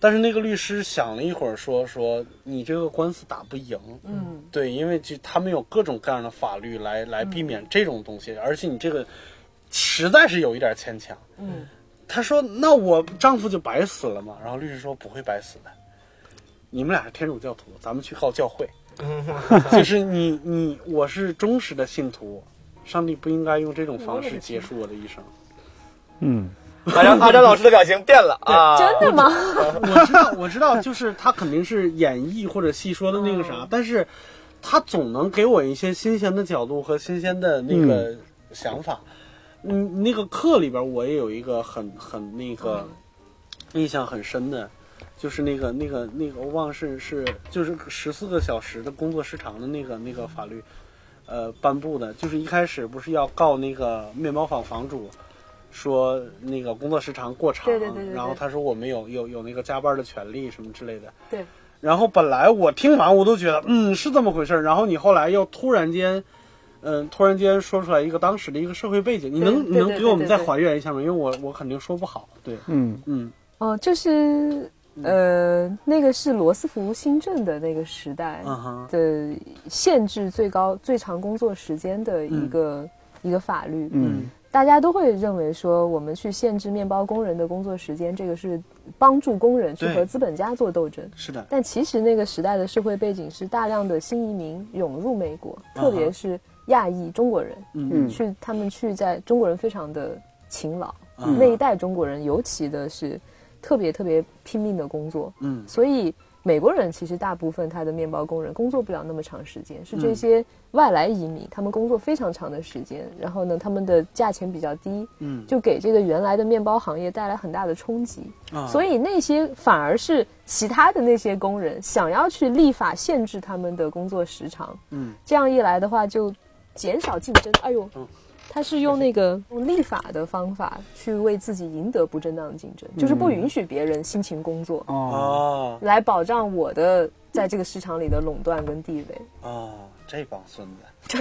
B: 但是那个律师想了一会儿说说你这个官司打不赢，
F: 嗯，
B: 对，因为就他们有各种各样的法律来来避免这种东西，而且你这个实在是有一点牵强。
F: 嗯，
B: 他说那我丈夫就白死了嘛？然后律师说不会白死的，你们俩是天主教徒，咱们去告教
F: (laughs)
B: 会。就是你你我是忠实的信徒，上帝不应该用这种方式结束我的一生。
C: 嗯，
D: 阿张阿张老师的表情变了啊！
F: 真的吗？
B: 我知道我知道，就是他肯定是演绎或者戏说的那个啥，但是他总能给我一些新鲜的角度和新鲜的那个想法。嗯，那个课里边我也有一个很很那个印象很深的，就是那个那个那个，我忘了是是就是十四个小时的工作时长的那个那个法律，呃，颁布的，就是一开始不是要告那个面包坊房主，说那个工作时长过长，
F: 对对对对对
B: 然后他说我们有有有那个加班的权利什么之类的，
F: 对。
B: 然后本来我听完我都觉得，嗯，是这么回事儿。然后你后来又突然间，嗯，突然间说出来一个当时的一个社会背景，你能
F: 对
B: 你能
F: 对对
B: 给我们
F: 对
B: 再
F: 对
B: 还原一下吗？因为我我肯定说不好。对，
C: 嗯，
B: 嗯，
F: 哦，就是呃，那个是罗斯福新政的那个时代
B: 嗯哼，
F: 的限制最高最长工作时间的一
B: 嗯
F: 个、一个法律。
C: 嗯，
F: 大家都会认为说，我们去限制面包工人的工作时间，这个是帮助工人去
B: 对
F: 和资本家做斗争。
B: 是的，
F: 但其实那个时代的社会背景是大量的新移民涌入美国，
B: 啊哈
F: 特别是亚裔中国人，
B: 嗯
F: 去他们去在中国人非常的勤劳，
B: 嗯
F: 那一代中国人尤其的是特别特别拼命的工作，
B: 嗯
F: 所以美国人其实大部分他的面包工人工作不了那么长时间，是
B: 嗯
F: 这些外来移民，他们工作非常长的时间，然后呢，他们的价钱比较低，
B: 嗯，
F: 就给这个原来的面包行业带来很大的冲击。
B: 啊
F: 所以那些反而是其他的那些工人想要去立法限制他们的工作时长，
B: 嗯，
F: 这样一来的话就减少竞争。哎呦
B: 嗯，
F: 他是用那个用立法的方法去为自己赢得不正当竞争，就是
B: 嗯
F: 不允许别人辛勤工作，
C: 哦，
B: 啊
F: 来保障我的在这个市场里的垄断跟地位。
B: 啊，这帮孙子，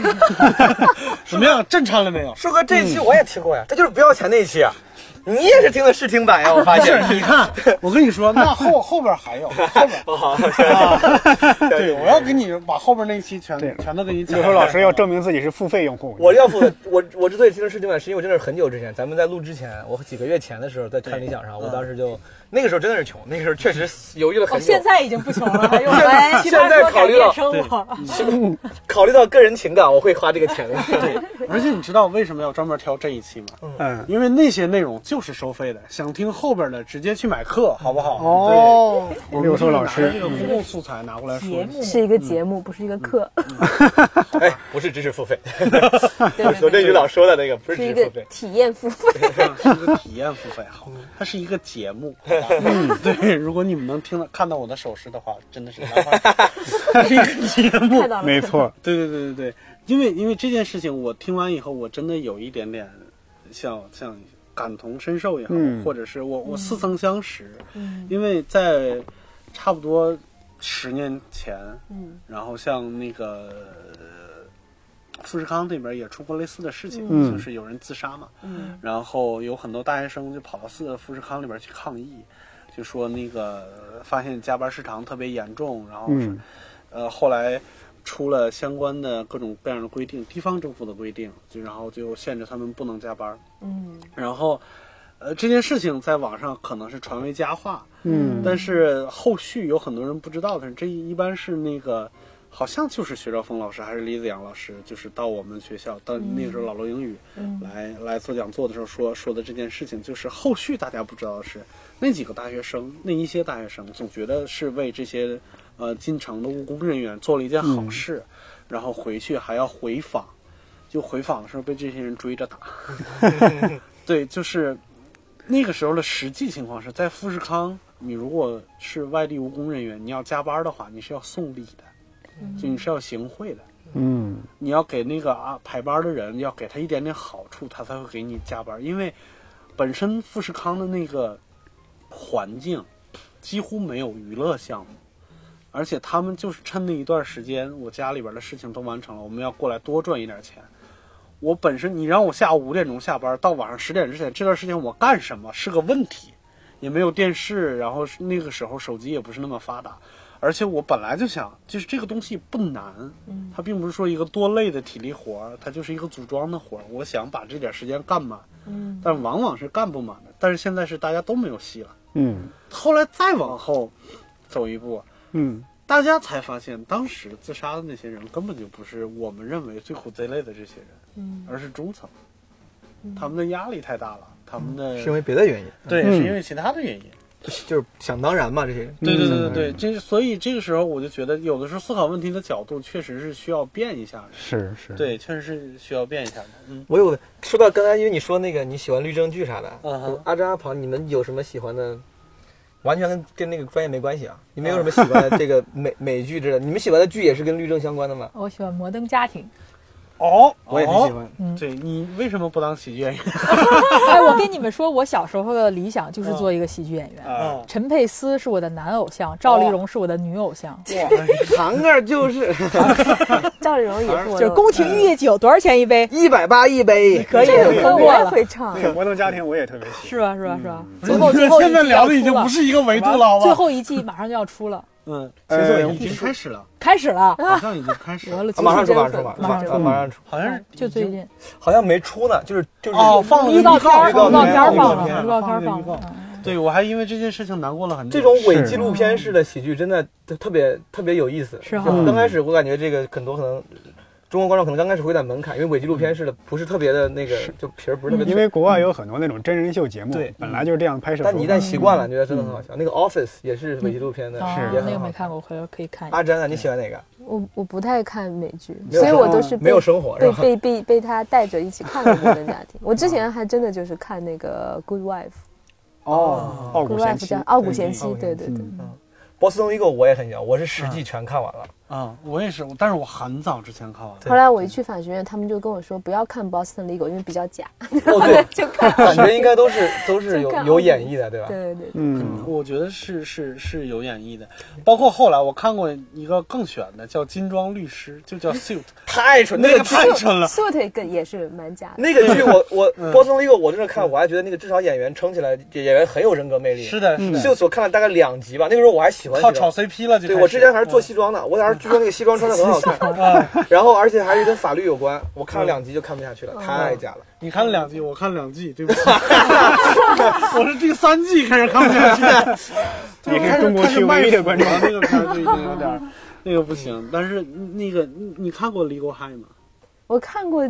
B: 怎么样？震颤了没有？
D: 树哥这一期我也听过呀，这就是不要钱那一期啊，你也是听的试听版呀，我发
B: 不是
D: 现。，
B: 你看，我跟你说， (laughs) 那后后边 (laughs) 还有后边。
D: 哦好， (laughs)
B: 对，我要给你把后边那一期全
C: 对
B: 全都给你讲。
C: 刘硕老师要证明自己是付费用户。
D: 我要不我我之所以听试听版，是因为我真的是很久之前，咱们在录之前，我几个月前的时候在看理想上，我当时就那个时候真的是穷，那个时候确实犹豫了
E: 哦，
D: 很久。
E: 现在已经不穷 (laughs) 了，还用来奇葩
D: 现在
E: 说
D: 考
E: 改
D: 虑了
E: 变生活。
D: 考虑到个人情感，我会花这个
B: (laughs)
D: 钱的。
B: 而且你知道为什么要专门挑这一期吗？
C: 嗯，
B: 因为那些内容就是收费的，想听后边的直接去买课，好不好？
C: 哦，
B: 对，我
C: 六
B: 们
C: 兽老师
B: 就是拿这个公共素材拿过来说
E: 节
B: 一下。
E: 目
F: 是一个节目，不是一个课，
D: 哎，不是知识付费，
F: (laughs)
D: (laughs)
F: 对对
D: 罗
F: 对
D: 振宇老说的那个不是
F: 是
D: 知识
F: 一
D: 付
F: 个
D: 费。
F: 体验付费。
D: (laughs)
B: 是一个体验付费，好，它是一个节目。嗯， (laughs) 对，如果你们能听到看到我的手势的话，真的是麻烦。它是一个节目
F: 看。到了，
C: 没错，
B: 对对对对对，因为因为这件事情，我听完以后，我真的有一点点像像感同身受也好，
C: 嗯
B: 或者是我我似曾相识，因为在差不多十年前，
F: 嗯，
B: 然后像那个。呃富士康那边也出过类似的事情，
C: 嗯
B: 就是有人自杀嘛，
F: 嗯
B: 然后有很多大学生就跑到四富士康里边去抗议，就说那个发现加班失常特别严重，然后是、
C: 嗯
B: 呃后来出了相关的各种各样的规定，地方政府的规定，就然后就限制他们不能加班，
F: 嗯，
B: 然后。呃，这件事情在网上可能是传为佳话，
C: 嗯，
B: 但是后续有很多人不知道的是，这一般是那个，好像就是薛兆丰老师还是李子阳老师，就是到我们学校，到那个时候老罗英语、来来做讲座的时候说说的这件事情，就是后续大家不知道的是，那几个大学生，那一些大学生总觉得是为这些呃进城的务工人员做了一件好事，然后回去还要回访，就回访的时候被这些人追着打。对，就是那个时候的实际情况是在富士康，你如果是外地务工人员，你要加班的话，你是要送礼的，就你是要行贿的。
C: 嗯
B: 你要给那个啊排班的人，要给他一点点好处，他才会给你加班。因为本身富士康的那个环境几乎没有娱乐项目，而且他们就是趁那一段时间，我家里边的事情都完成了，我们要过来多赚一点钱。我本身你让我下午五点钟下班，到晚上十点之前，这段时间我干什么是个问题，也没有电视，然后那个时候手机也不是那么发达，而且我本来就想，就是这个东西不难，它并不是说一个多累的体力活儿，它就是一个组装的活儿。我想把这点时间干满，嗯，但往往是干不满的。但是现在是大家都没有戏了。
C: 嗯
B: 后来再往后走一步，
C: 嗯
B: 大家才发现，当时自杀的那些人根本就不是我们认为最苦最累的这些人，嗯，而是中层，他们的压力太大了，他们的
D: 是因为别的原因，
B: 对，
C: 嗯
B: 是因为其他的原因。
D: 就是想当然嘛，这些人。
B: 对对
D: 嗯
B: 对对对，这所以这个时候我就觉得，有的时候思考问题的角度确实是需要变一下的。
C: 是是，
B: 对，确实是需要变一下的。嗯，
D: 我有说到刚才，因为你说那个你喜欢律政剧啥的，
B: 嗯哼
D: 我阿张阿庞，你们有什么喜欢的？完全跟跟那个专业没关系啊！你们有什么喜欢
B: 嗯
D: 的这个美美剧之类的？你们喜欢的剧也是跟律政相关的吗？
E: 我喜欢《摩登家 (laughs) 庭
B: 哦，
D: 我也很喜欢。
E: 嗯
B: 对你为什么不当喜剧演员》。
E: 哎，我跟你们说，我小时候的理想就是做一个喜剧演员。
B: 啊？
E: 陈佩斯是我的男偶像，赵丽蓉是我的女偶像。
B: (laughs)
D: 糖儿就是
F: 赵丽蓉也是我
E: 就是
F: 的
E: 宫廷玉液酒多少钱一杯？
D: 一百八一杯，
E: 可以
F: 这
E: 我
F: 个
E: 喝
F: 歌
E: 过
F: 我也
E: 了，
F: 会唱，
C: 《摩登家庭》我也特别喜嗯
E: 是吧？是吧？是吧？
B: 不是
E: 最后最后一
B: 现在
E: 季
B: 聊
E: 要
B: 的已经
E: 出了
B: 不是一个维度了，好
E: 最
B: 吧？
E: 后一季马上就要出了，
B: 嗯，
C: 欢。
B: 已经开始了，
E: 开始了。
B: 好像已经开始了，
E: 我
B: 嗯
E: 了，
D: 啊马上出，马
F: 真
D: 上出，马
F: 马
D: 上
F: 上
D: 出，马上出，
B: 好像是
E: 就最近
D: 好像没出呢，就是就是
B: 嗯哦，放了个
E: 预告片儿，
D: 预告
E: 预告片儿
D: 片预告
E: 放了，
D: 片
E: 预告片
B: 放
E: 儿
B: 了
E: 放
B: 个预告
E: 了。嗯
B: 对我还因为这件事情难过了很久。
D: 这种伪
C: 是
D: 纪录片式的喜剧真的特别特别有意思。
E: 是哈
D: 就刚开始我感觉这个很多可能中国观众可能刚开始会有点门槛，因为伪纪录片似的，不是特别的那个，就皮儿不是特别
C: 嗯因
D: 脆。
C: 为国外有很多那种真人秀节目，
B: 对
C: 本来就是这样拍摄手法。嗯
D: 但你一旦习惯了，你觉得真的很好笑。那个 Office 也是伪纪录片的，
E: 啊
D: 也
E: 那
D: 很
E: 个
D: 好
E: 没
D: 看。
E: 看过，回头可以看一下。
D: 阿珍啊，你喜欢哪个？
F: 我我不太看美剧，
D: 没有
F: 所以
D: 生
F: 我
C: 活
F: 都是被
D: 没有生活是
F: 被
D: 吧？
F: 被被被他带着一起看《摩登家庭》。我之前还真的就是看那个《Good Wife》，
C: 哦，傲
F: 《Good
C: 骨贤
F: Wife》
C: 妻
F: 叫《傲骨贤
C: 对
F: 妻
D: 嗯》，
F: 对对对。
D: 波士顿一个我也很喜欢，我是实际全看完了。
B: 啊，我也是，但是我很早之前看完了。
F: 后来我一去法学院，他们就跟我说不要看《Boston Legal》，因为比较假，
D: 哦，对
F: (laughs) ，就看。
D: (laughs) 感觉应该都是都是有
F: 就看
D: 有演绎的，对吧？
F: 对对对，
C: 嗯，
B: 我觉得是是是有演绎的，包括后来我看过一个更选的，叫《金装律师》，就叫 Suit，
D: 太蠢，那
B: 那
D: 个
B: 个太蠢了。
F: 秀腿梗也是蛮假的。
D: 那个剧我我波士顿一个我真的看，我还觉得那个至少演员撑起来，演员很有人格魅力。
B: 是的，是的，
D: 秀所看了大概两集吧，那个时候嗯我还喜欢
B: 靠
D: 这
B: 炒
D: 种。
B: CP 了就开
D: 对
B: 始。
D: 我之前还是做西装的，我在那儿据说那 (laughs) 个西装穿的很好看， (laughs)
B: 啊，
D: 然后而且还是跟法律有关，我看了两集就看不下去了，太假了。
B: 你看了两季，我看了两季，对不起，我是第三季开始看不下去了。嗯
C: 你嗯是中国区唯一的观众
B: 开。始卖腐了那个片儿就已经有点儿那个不行。但是那个你你看过《Legal High》吗？
F: 我看过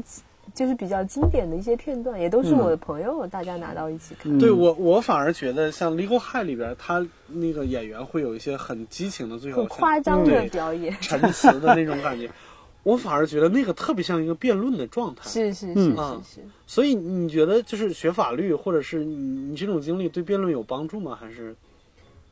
F: 就是比较经典的一些片段，也都是我的朋友大家拿到一起看。
C: 嗯
B: 对我，我反而觉得像《Legal High》里边，他那个演员会有一些很激情的最后
F: 很
B: 像
F: 夸张
C: 嗯
F: 的表演，
B: 陈词的那种感觉，我反而觉得那个特别像一个辩论的状态。
F: 是是是
C: 嗯
F: 是是，
B: 所以你觉得就是学法律，或者是你你这种经历对辩论有帮助吗？还是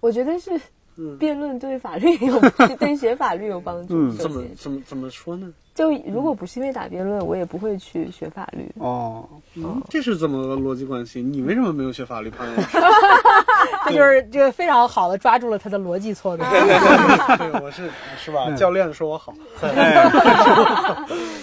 F: 我觉得是
B: 嗯，
F: 辩论对法律有 (laughs) 对学法律有帮助
C: 嗯。
F: 首
B: 怎么
F: 先
B: 怎么怎么说呢？
F: 就如果不是因为打辩论，我也不会去学法律。
C: 哦，
B: 嗯，这是怎么个逻辑关系？你为什么没有学法律，潘老师？
E: 他就是这个非常好的抓住了他的逻
D: (laughs)
E: 辑错别。
B: 对，我是是吧？教练说我好，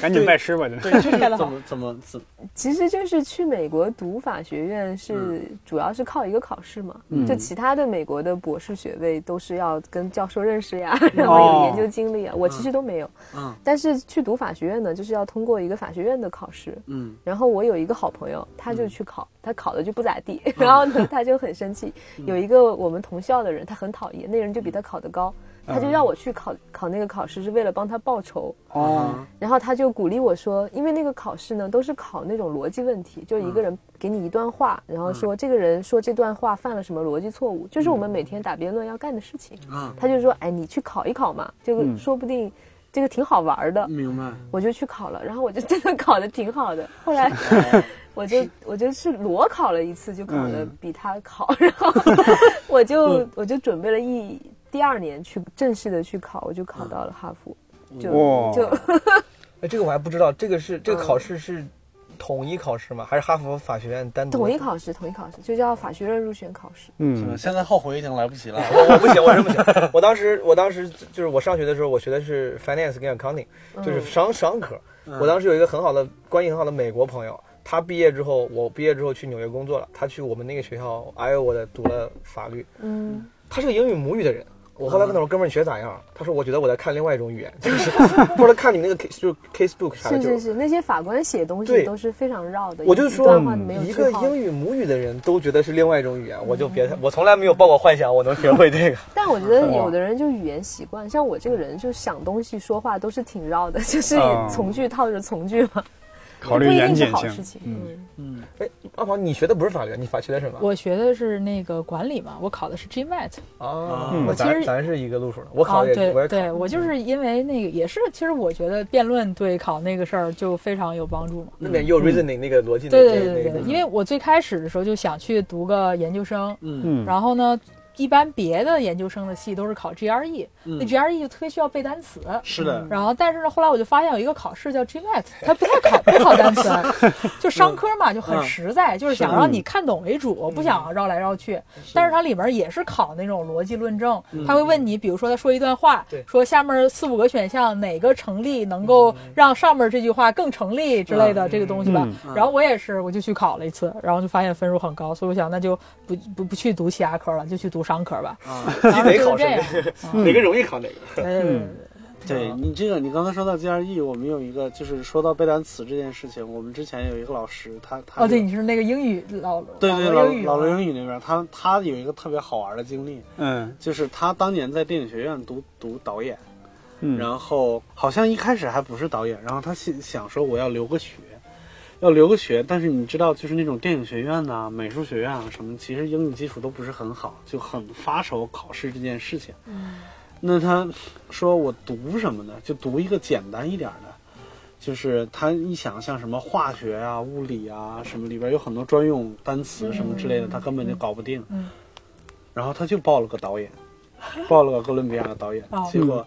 C: 赶紧拜师吧，嗯真的
B: 对，这是怎么怎么怎么
F: 其实就是去美国读法学院是
B: 嗯
F: 主要是靠一个考试嘛，就其他的美国的博士学位都是要跟教授认识呀， (laughs) 然后有研究经历啊，我其实都没有。
B: 哦嗯
F: 但是去读法学院呢，就是要通过一个法学院的考试。
B: 嗯
F: 然后我有一个好朋友，他就去考，他考的就不咋
B: 嗯
F: 地， (laughs) 然后呢他就很生气。 (laughs) 有一个我们同校的人，他很讨厌，那人就比他考得高，
B: 嗯
F: 他就让我去考考那个考试，是为了帮他报仇。
C: 哦，
F: 然后他就鼓励我说，因为那个考试呢，都是考那种逻辑问题，
C: 嗯
F: 就一个人给你一段话，然后说这个人说这段话犯了什么逻辑错误，就是我们每天打辩论要干的事情。
B: 啊？
F: 他就说，哎，你去考一考嘛，就
C: 嗯
F: 说不定这个挺好玩儿的。
B: 明白。
F: 我就去考了，然后我就真的考的挺好
C: (laughs)
F: 的。后来我就我就去裸考了一次，就考的
C: 嗯
F: 比他好，然后
C: (laughs)
F: 我就我就准备了一第二年去正式的去考，我就考到了哈佛，就
C: 嗯哇
F: 就。
D: 哎，这个我还不知道，这个是这个考试是统一考试吗？还是哈佛法学院单独？
F: 统一。考试，统一考试就叫法学院入选考试。
C: 嗯，
B: 现在后悔已经来不及了。
D: 啊我我不行，我真不行。我当时我当时就是我上学的时候，我学的是 finance 跟 accounting，就是
F: 嗯
D: 商商科。我当时有一个很好的关系很好的美国朋友，他毕业之后，我毕业之后去纽约工作了，他去我们那个学校 Iowa 的读了法律。
F: 嗯，
D: 他是个英语母语的人。我后来问他，我说：“哥们儿，你学咋
E: 嗯
D: 样？”他说：“我觉得我在看另外一种语言， (laughs) 就是或者看你那个 case- 就是 case book 啥的，
F: 是
D: 就是
F: 是，那些法官写东西
D: 对
F: 都是非常绕的，
D: 我就
F: 一
D: 说
F: 段话没有
D: 一
F: 句
D: 个
F: 号。
D: 英语母语的人都觉得是另外一种语言，我就别，
E: 嗯
D: 我从来没有抱过幻想，我能学会这
E: (laughs)
D: 个。
F: 但我觉得有的人就语言习惯，像我这个人就想东西说话都是挺绕的， (laughs) 就是
C: 哦
F: 从句套着从句嘛，
C: 考
F: 不
C: 虑
F: 一
C: 严
F: 定是
C: 谨
F: 好事
C: 性。
F: 情。嗯，
D: 哎，阿鹏，你学的不是法律，你法学的什么？
E: 我学的是那个管理嘛，我考的是 GMAT。
D: 啊
C: 嗯，
D: 我
E: 我其
D: 咱
E: 实
D: 咱是一个路数的，我
E: 啊，
D: 考的也我
E: 对
D: 也考。
E: 对，我就是因为那个也是，其实我觉得辩论对考那个事儿就非常有帮助嘛。
D: 那边也有 reasoning 那个逻辑那
E: 嗯对
D: 个，
E: 对对
D: 那
E: 对
D: 个
E: 对，
D: 东西
E: 因为我最开始的时候就想去读个研究生，
B: 嗯
C: 嗯，
E: 然后呢，一般别的研究生的系都是考 E GRE，那 GRE 就特别需要背单词。
B: 嗯是的，
E: 然后，但是呢，后来我就发现有一个考试叫 GMAT，它不太考不考单 (laughs) 词，就商科嘛，就很实在，嗯就是想让你看懂为主，不想绕来绕去。但是它嗯里面也是考那种逻辑论证，他会问你，比如说他说一段话
D: 对，
E: 说下面四五个选项哪个成立，能够让上面这句话更成立之类的这个东西吧。嗯然后我也是，我就去考了一次，然后就发现分数很高，所以我想那就不不不去读其他科了，就去读商科吧。
B: 嗯啊
E: 然后
D: 哪
E: 就
D: 考
E: 是
D: 什
E: 这样。
D: (laughs) 么？哪个容易考哪个？
E: 哎对对对
B: 嗯
E: 对
B: 对你这个，你刚才说到 GRE，我们有一个就是说到背单词这件事情，我们之前有一个老师，他他
E: 哦，对，你是那个英语老
B: 对对老
E: 罗英语
B: 老
E: 吗
B: 罗英语那边，他他有一个特别好玩的经历，
C: 嗯，
B: 就是他当年在电影学院读读导演，
C: 嗯
B: 然后好像一开始还不是导演，然后他想想说我要留个学，要留个学，但是你知道，就是那种电影学院呐、美术学院啊什么，其实英语基础都不是很好，就很发愁考试这件事情。
E: 嗯
B: 那他说我读什么呢？就读一个简单一点儿的，就是他一想像什么化学啊、物理啊什么里边有很多专用单词什么之类的，他根本就搞不定。
E: 嗯
B: 然后他就报了个导演， (laughs) 报了个哥伦比亚的导演，
E: 哦
B: 结果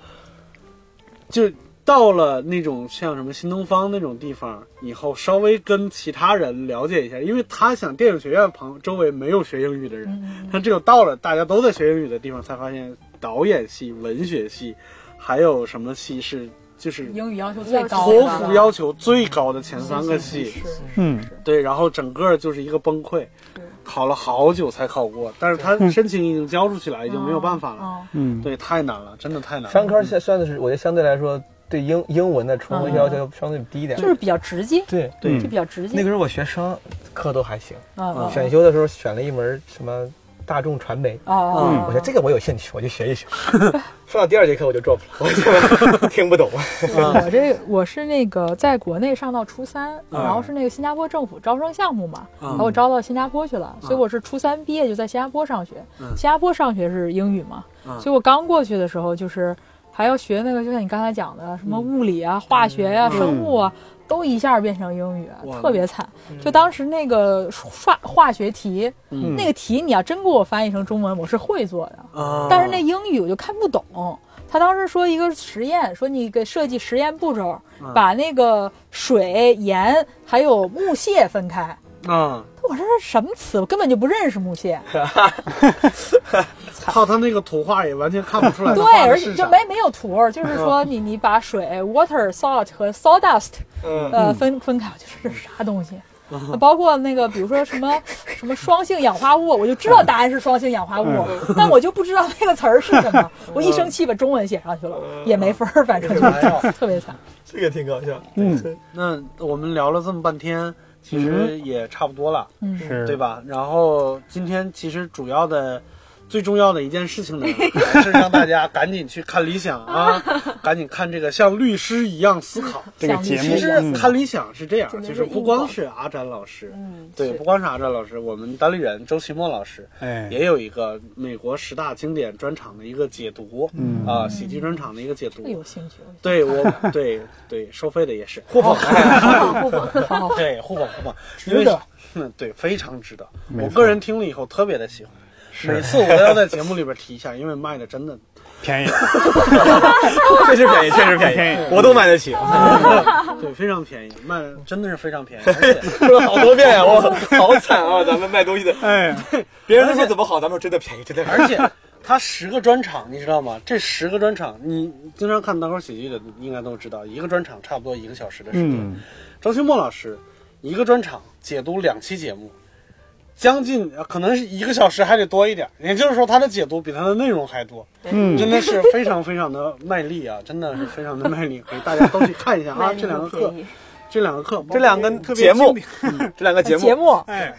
B: 就到了那种像什么新东方那种地方以后，稍微跟其他人了解一下，因为他想电影学院旁周围没有学英语的人，
E: 嗯
B: 他只有到了大家都在学英语的地方，才发现导演系、文学系，还有什么系是就是
E: 英语要求最高
B: 托
E: 的，
B: 福要求最高的前三个系。
E: 是
C: 嗯，
B: 对，然后整个就是一个崩溃，考了好久才考过，但是他申请已经交出去了，已经没有办法了。
E: 嗯
C: 嗯，
B: 对，太难了，真的太难了。
D: 嗯商科现算的是，我觉得相对来说对英英文的重
E: 嗯
D: 要求相对低一点。嗯
E: 就是比较直接，
D: 对，
E: 就比较直接。
D: 那个时候我学商科都还行，
B: 嗯
E: 啊
D: 选修的时候选了一门什么大众传媒。嗯
E: 啊
B: 嗯
E: 啊，
D: 我觉得这个我有兴趣，我就学一学。上到第二节课我就 drop 了，
B: (laughs)
D: (laughs) 我就听不懂。
E: 我这我是那个在国内上到初三，然后是那个新加坡政府招生项目嘛，
B: 嗯
E: 把我招到新加坡去了，所以我是初三毕业就在新加坡上学。
B: 嗯
E: 新加坡上学是英语嘛，
B: 嗯
E: 所以我刚过去的时候就是还要学那个，就像你刚才讲的什么物理啊、化学呀、
B: 嗯
E: 生物啊，都一下变成英语
B: 哇，
E: 特别惨。就当时那个化化学题，
B: 嗯
E: 那个题你要真给我翻译成中文，我是会做的。
B: 啊，
E: 但是那英语我就看不懂。他当时说一个实验，说你给设计实验步骤，
B: 嗯
E: 把那个水、盐还有木屑分开。
B: 啊，
E: 我说这是什么词？我根本就不认识木屑。
B: 靠他那个图画也完全看不出来他
E: 对
B: 画，的
E: 而
B: 是
E: 且
B: 啥。
E: 就没没有图儿，就是说你你把水 water salt 和 sawdust
D: 嗯，
E: 呃分分开，我就说这是啥东西？包括那个，比如说什么什么双性氧化物，我就知道答案是双性氧化物， (laughs) 但我就不知道那个词儿是什么。我一生气把中文写上去了，也没分儿，反正就
D: 哎呀
E: 是特别惨。
D: 这个挺搞笑。
C: 嗯
B: 那我们聊了这么半天，其实也差不多了，
E: 嗯，
C: 是
B: 对？吧？然后今天其实主要的。最重要的一件事情呢，还是让大家赶紧去看理想啊，赶紧看这个像律师一样思考。
C: 这个
E: 像
C: (laughs) 节
B: 其
C: 目
B: 实
C: 嗯
B: 看理想是这样，
F: 只能
B: 就是是不
F: 硬
B: 光
F: 广
B: 是阿展老师，
F: 嗯，
B: 对，不光是阿展老师，我们单立人周奇墨老师
C: 哎，
B: 也有一个美国十大经典专场的一个解读，
C: 嗯
B: 啊，喜剧专场的一个解
E: 这个
B: 读。
E: 有兴趣，我觉
B: 对我，
D: (laughs)
B: 对对，收费的也是 (laughs)
D: 互捧，
E: 得好好
B: 对互捧互捧，因
E: 值
B: 为
E: 得。
B: (laughs) 嗯，对，非常值得。
C: 没
B: 我
C: 错
B: 个人听了以后特别的喜欢，每次我都要在节目里边提一下，因为卖的真的
C: 便宜，
D: (laughs) 确实便宜，确实便宜，我都买得起。
B: 对非常便宜，卖的真的是非常便宜，而且
D: 说了好多遍啊，我好惨啊！咱们卖东西的，
C: 哎，
D: 别人都说怎么好，咱们说真的便宜，真的便宜。
B: (laughs) 而且他十个专场，你知道吗？这十个专场，你经常看单口喜剧的，应该都知道，一个专场差不多一个小时的时间。
C: 嗯，
B: 周清墨老师一个专场解读两期节目，将近呃可能是一个小时还得多一点，也就是说他的解读比他的内容还多，
C: 嗯
B: 真的是非常非常的卖力啊！真的是非常的卖力，可以大家都去看一
F: (laughs)
B: 下啊！这两个课，这两个课，
D: 这两个
B: 特别
D: 节目
B: 经典，
D: 这两个节
E: 节
D: 目，
E: 目
B: 哎，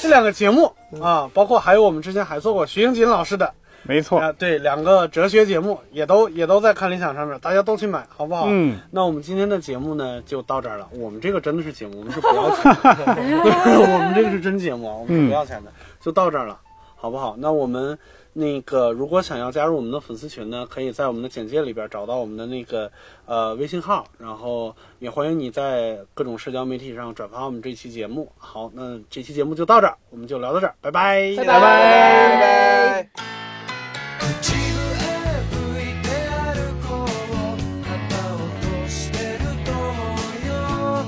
B: 这两个节目啊，包括还有我们之前还做过徐英锦老师的。
C: 没错，
B: 啊，对，两个哲学节目也都也都在看理想上面，大家都去买，好不好？
C: 嗯，
B: 那我们今天的节目呢就到这儿了。我们这个真的是节目，我们是不要钱的， (laughs) 我们这个是真节目啊，我们是不要钱的，就到这儿了，好不好？那我们那个如果想要加入我们的粉丝群呢，可以在我们的简介里边找到我们的那个呃微信号，然后也欢迎你在各种社交媒体上转发我们这期节目。好，那这期节目就到这儿，我们就聊到这儿，拜拜，
E: 拜
D: 拜拜拜拜。
G: 「街ぶいて歩こう」「肩を落としてると思うよ」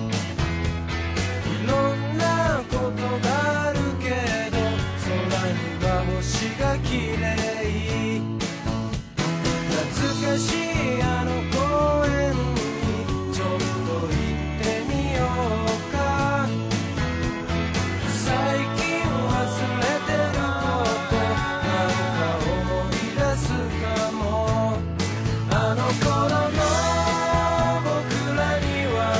G: 「いろんなことがあるけど空には星が綺麗懐かしいあの公園にちょっと行ってみようか」最近忘れてることなんか思い出すかもあの頃の僕らには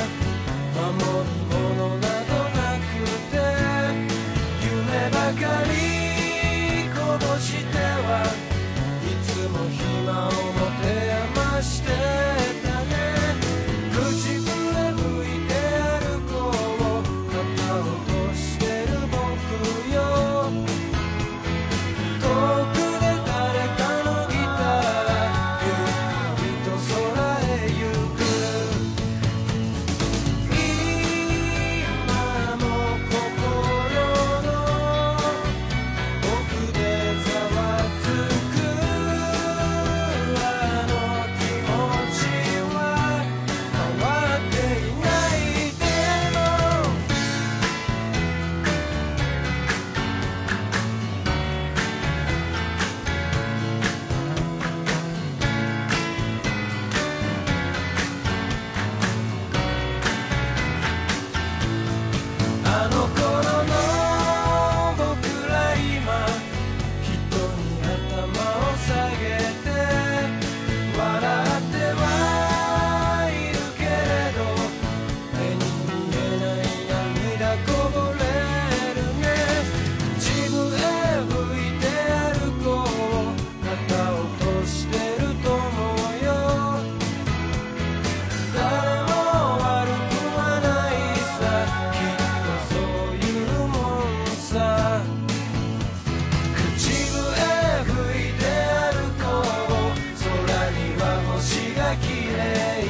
G: 守るものなどなくて夢ばかり殺しては綺麗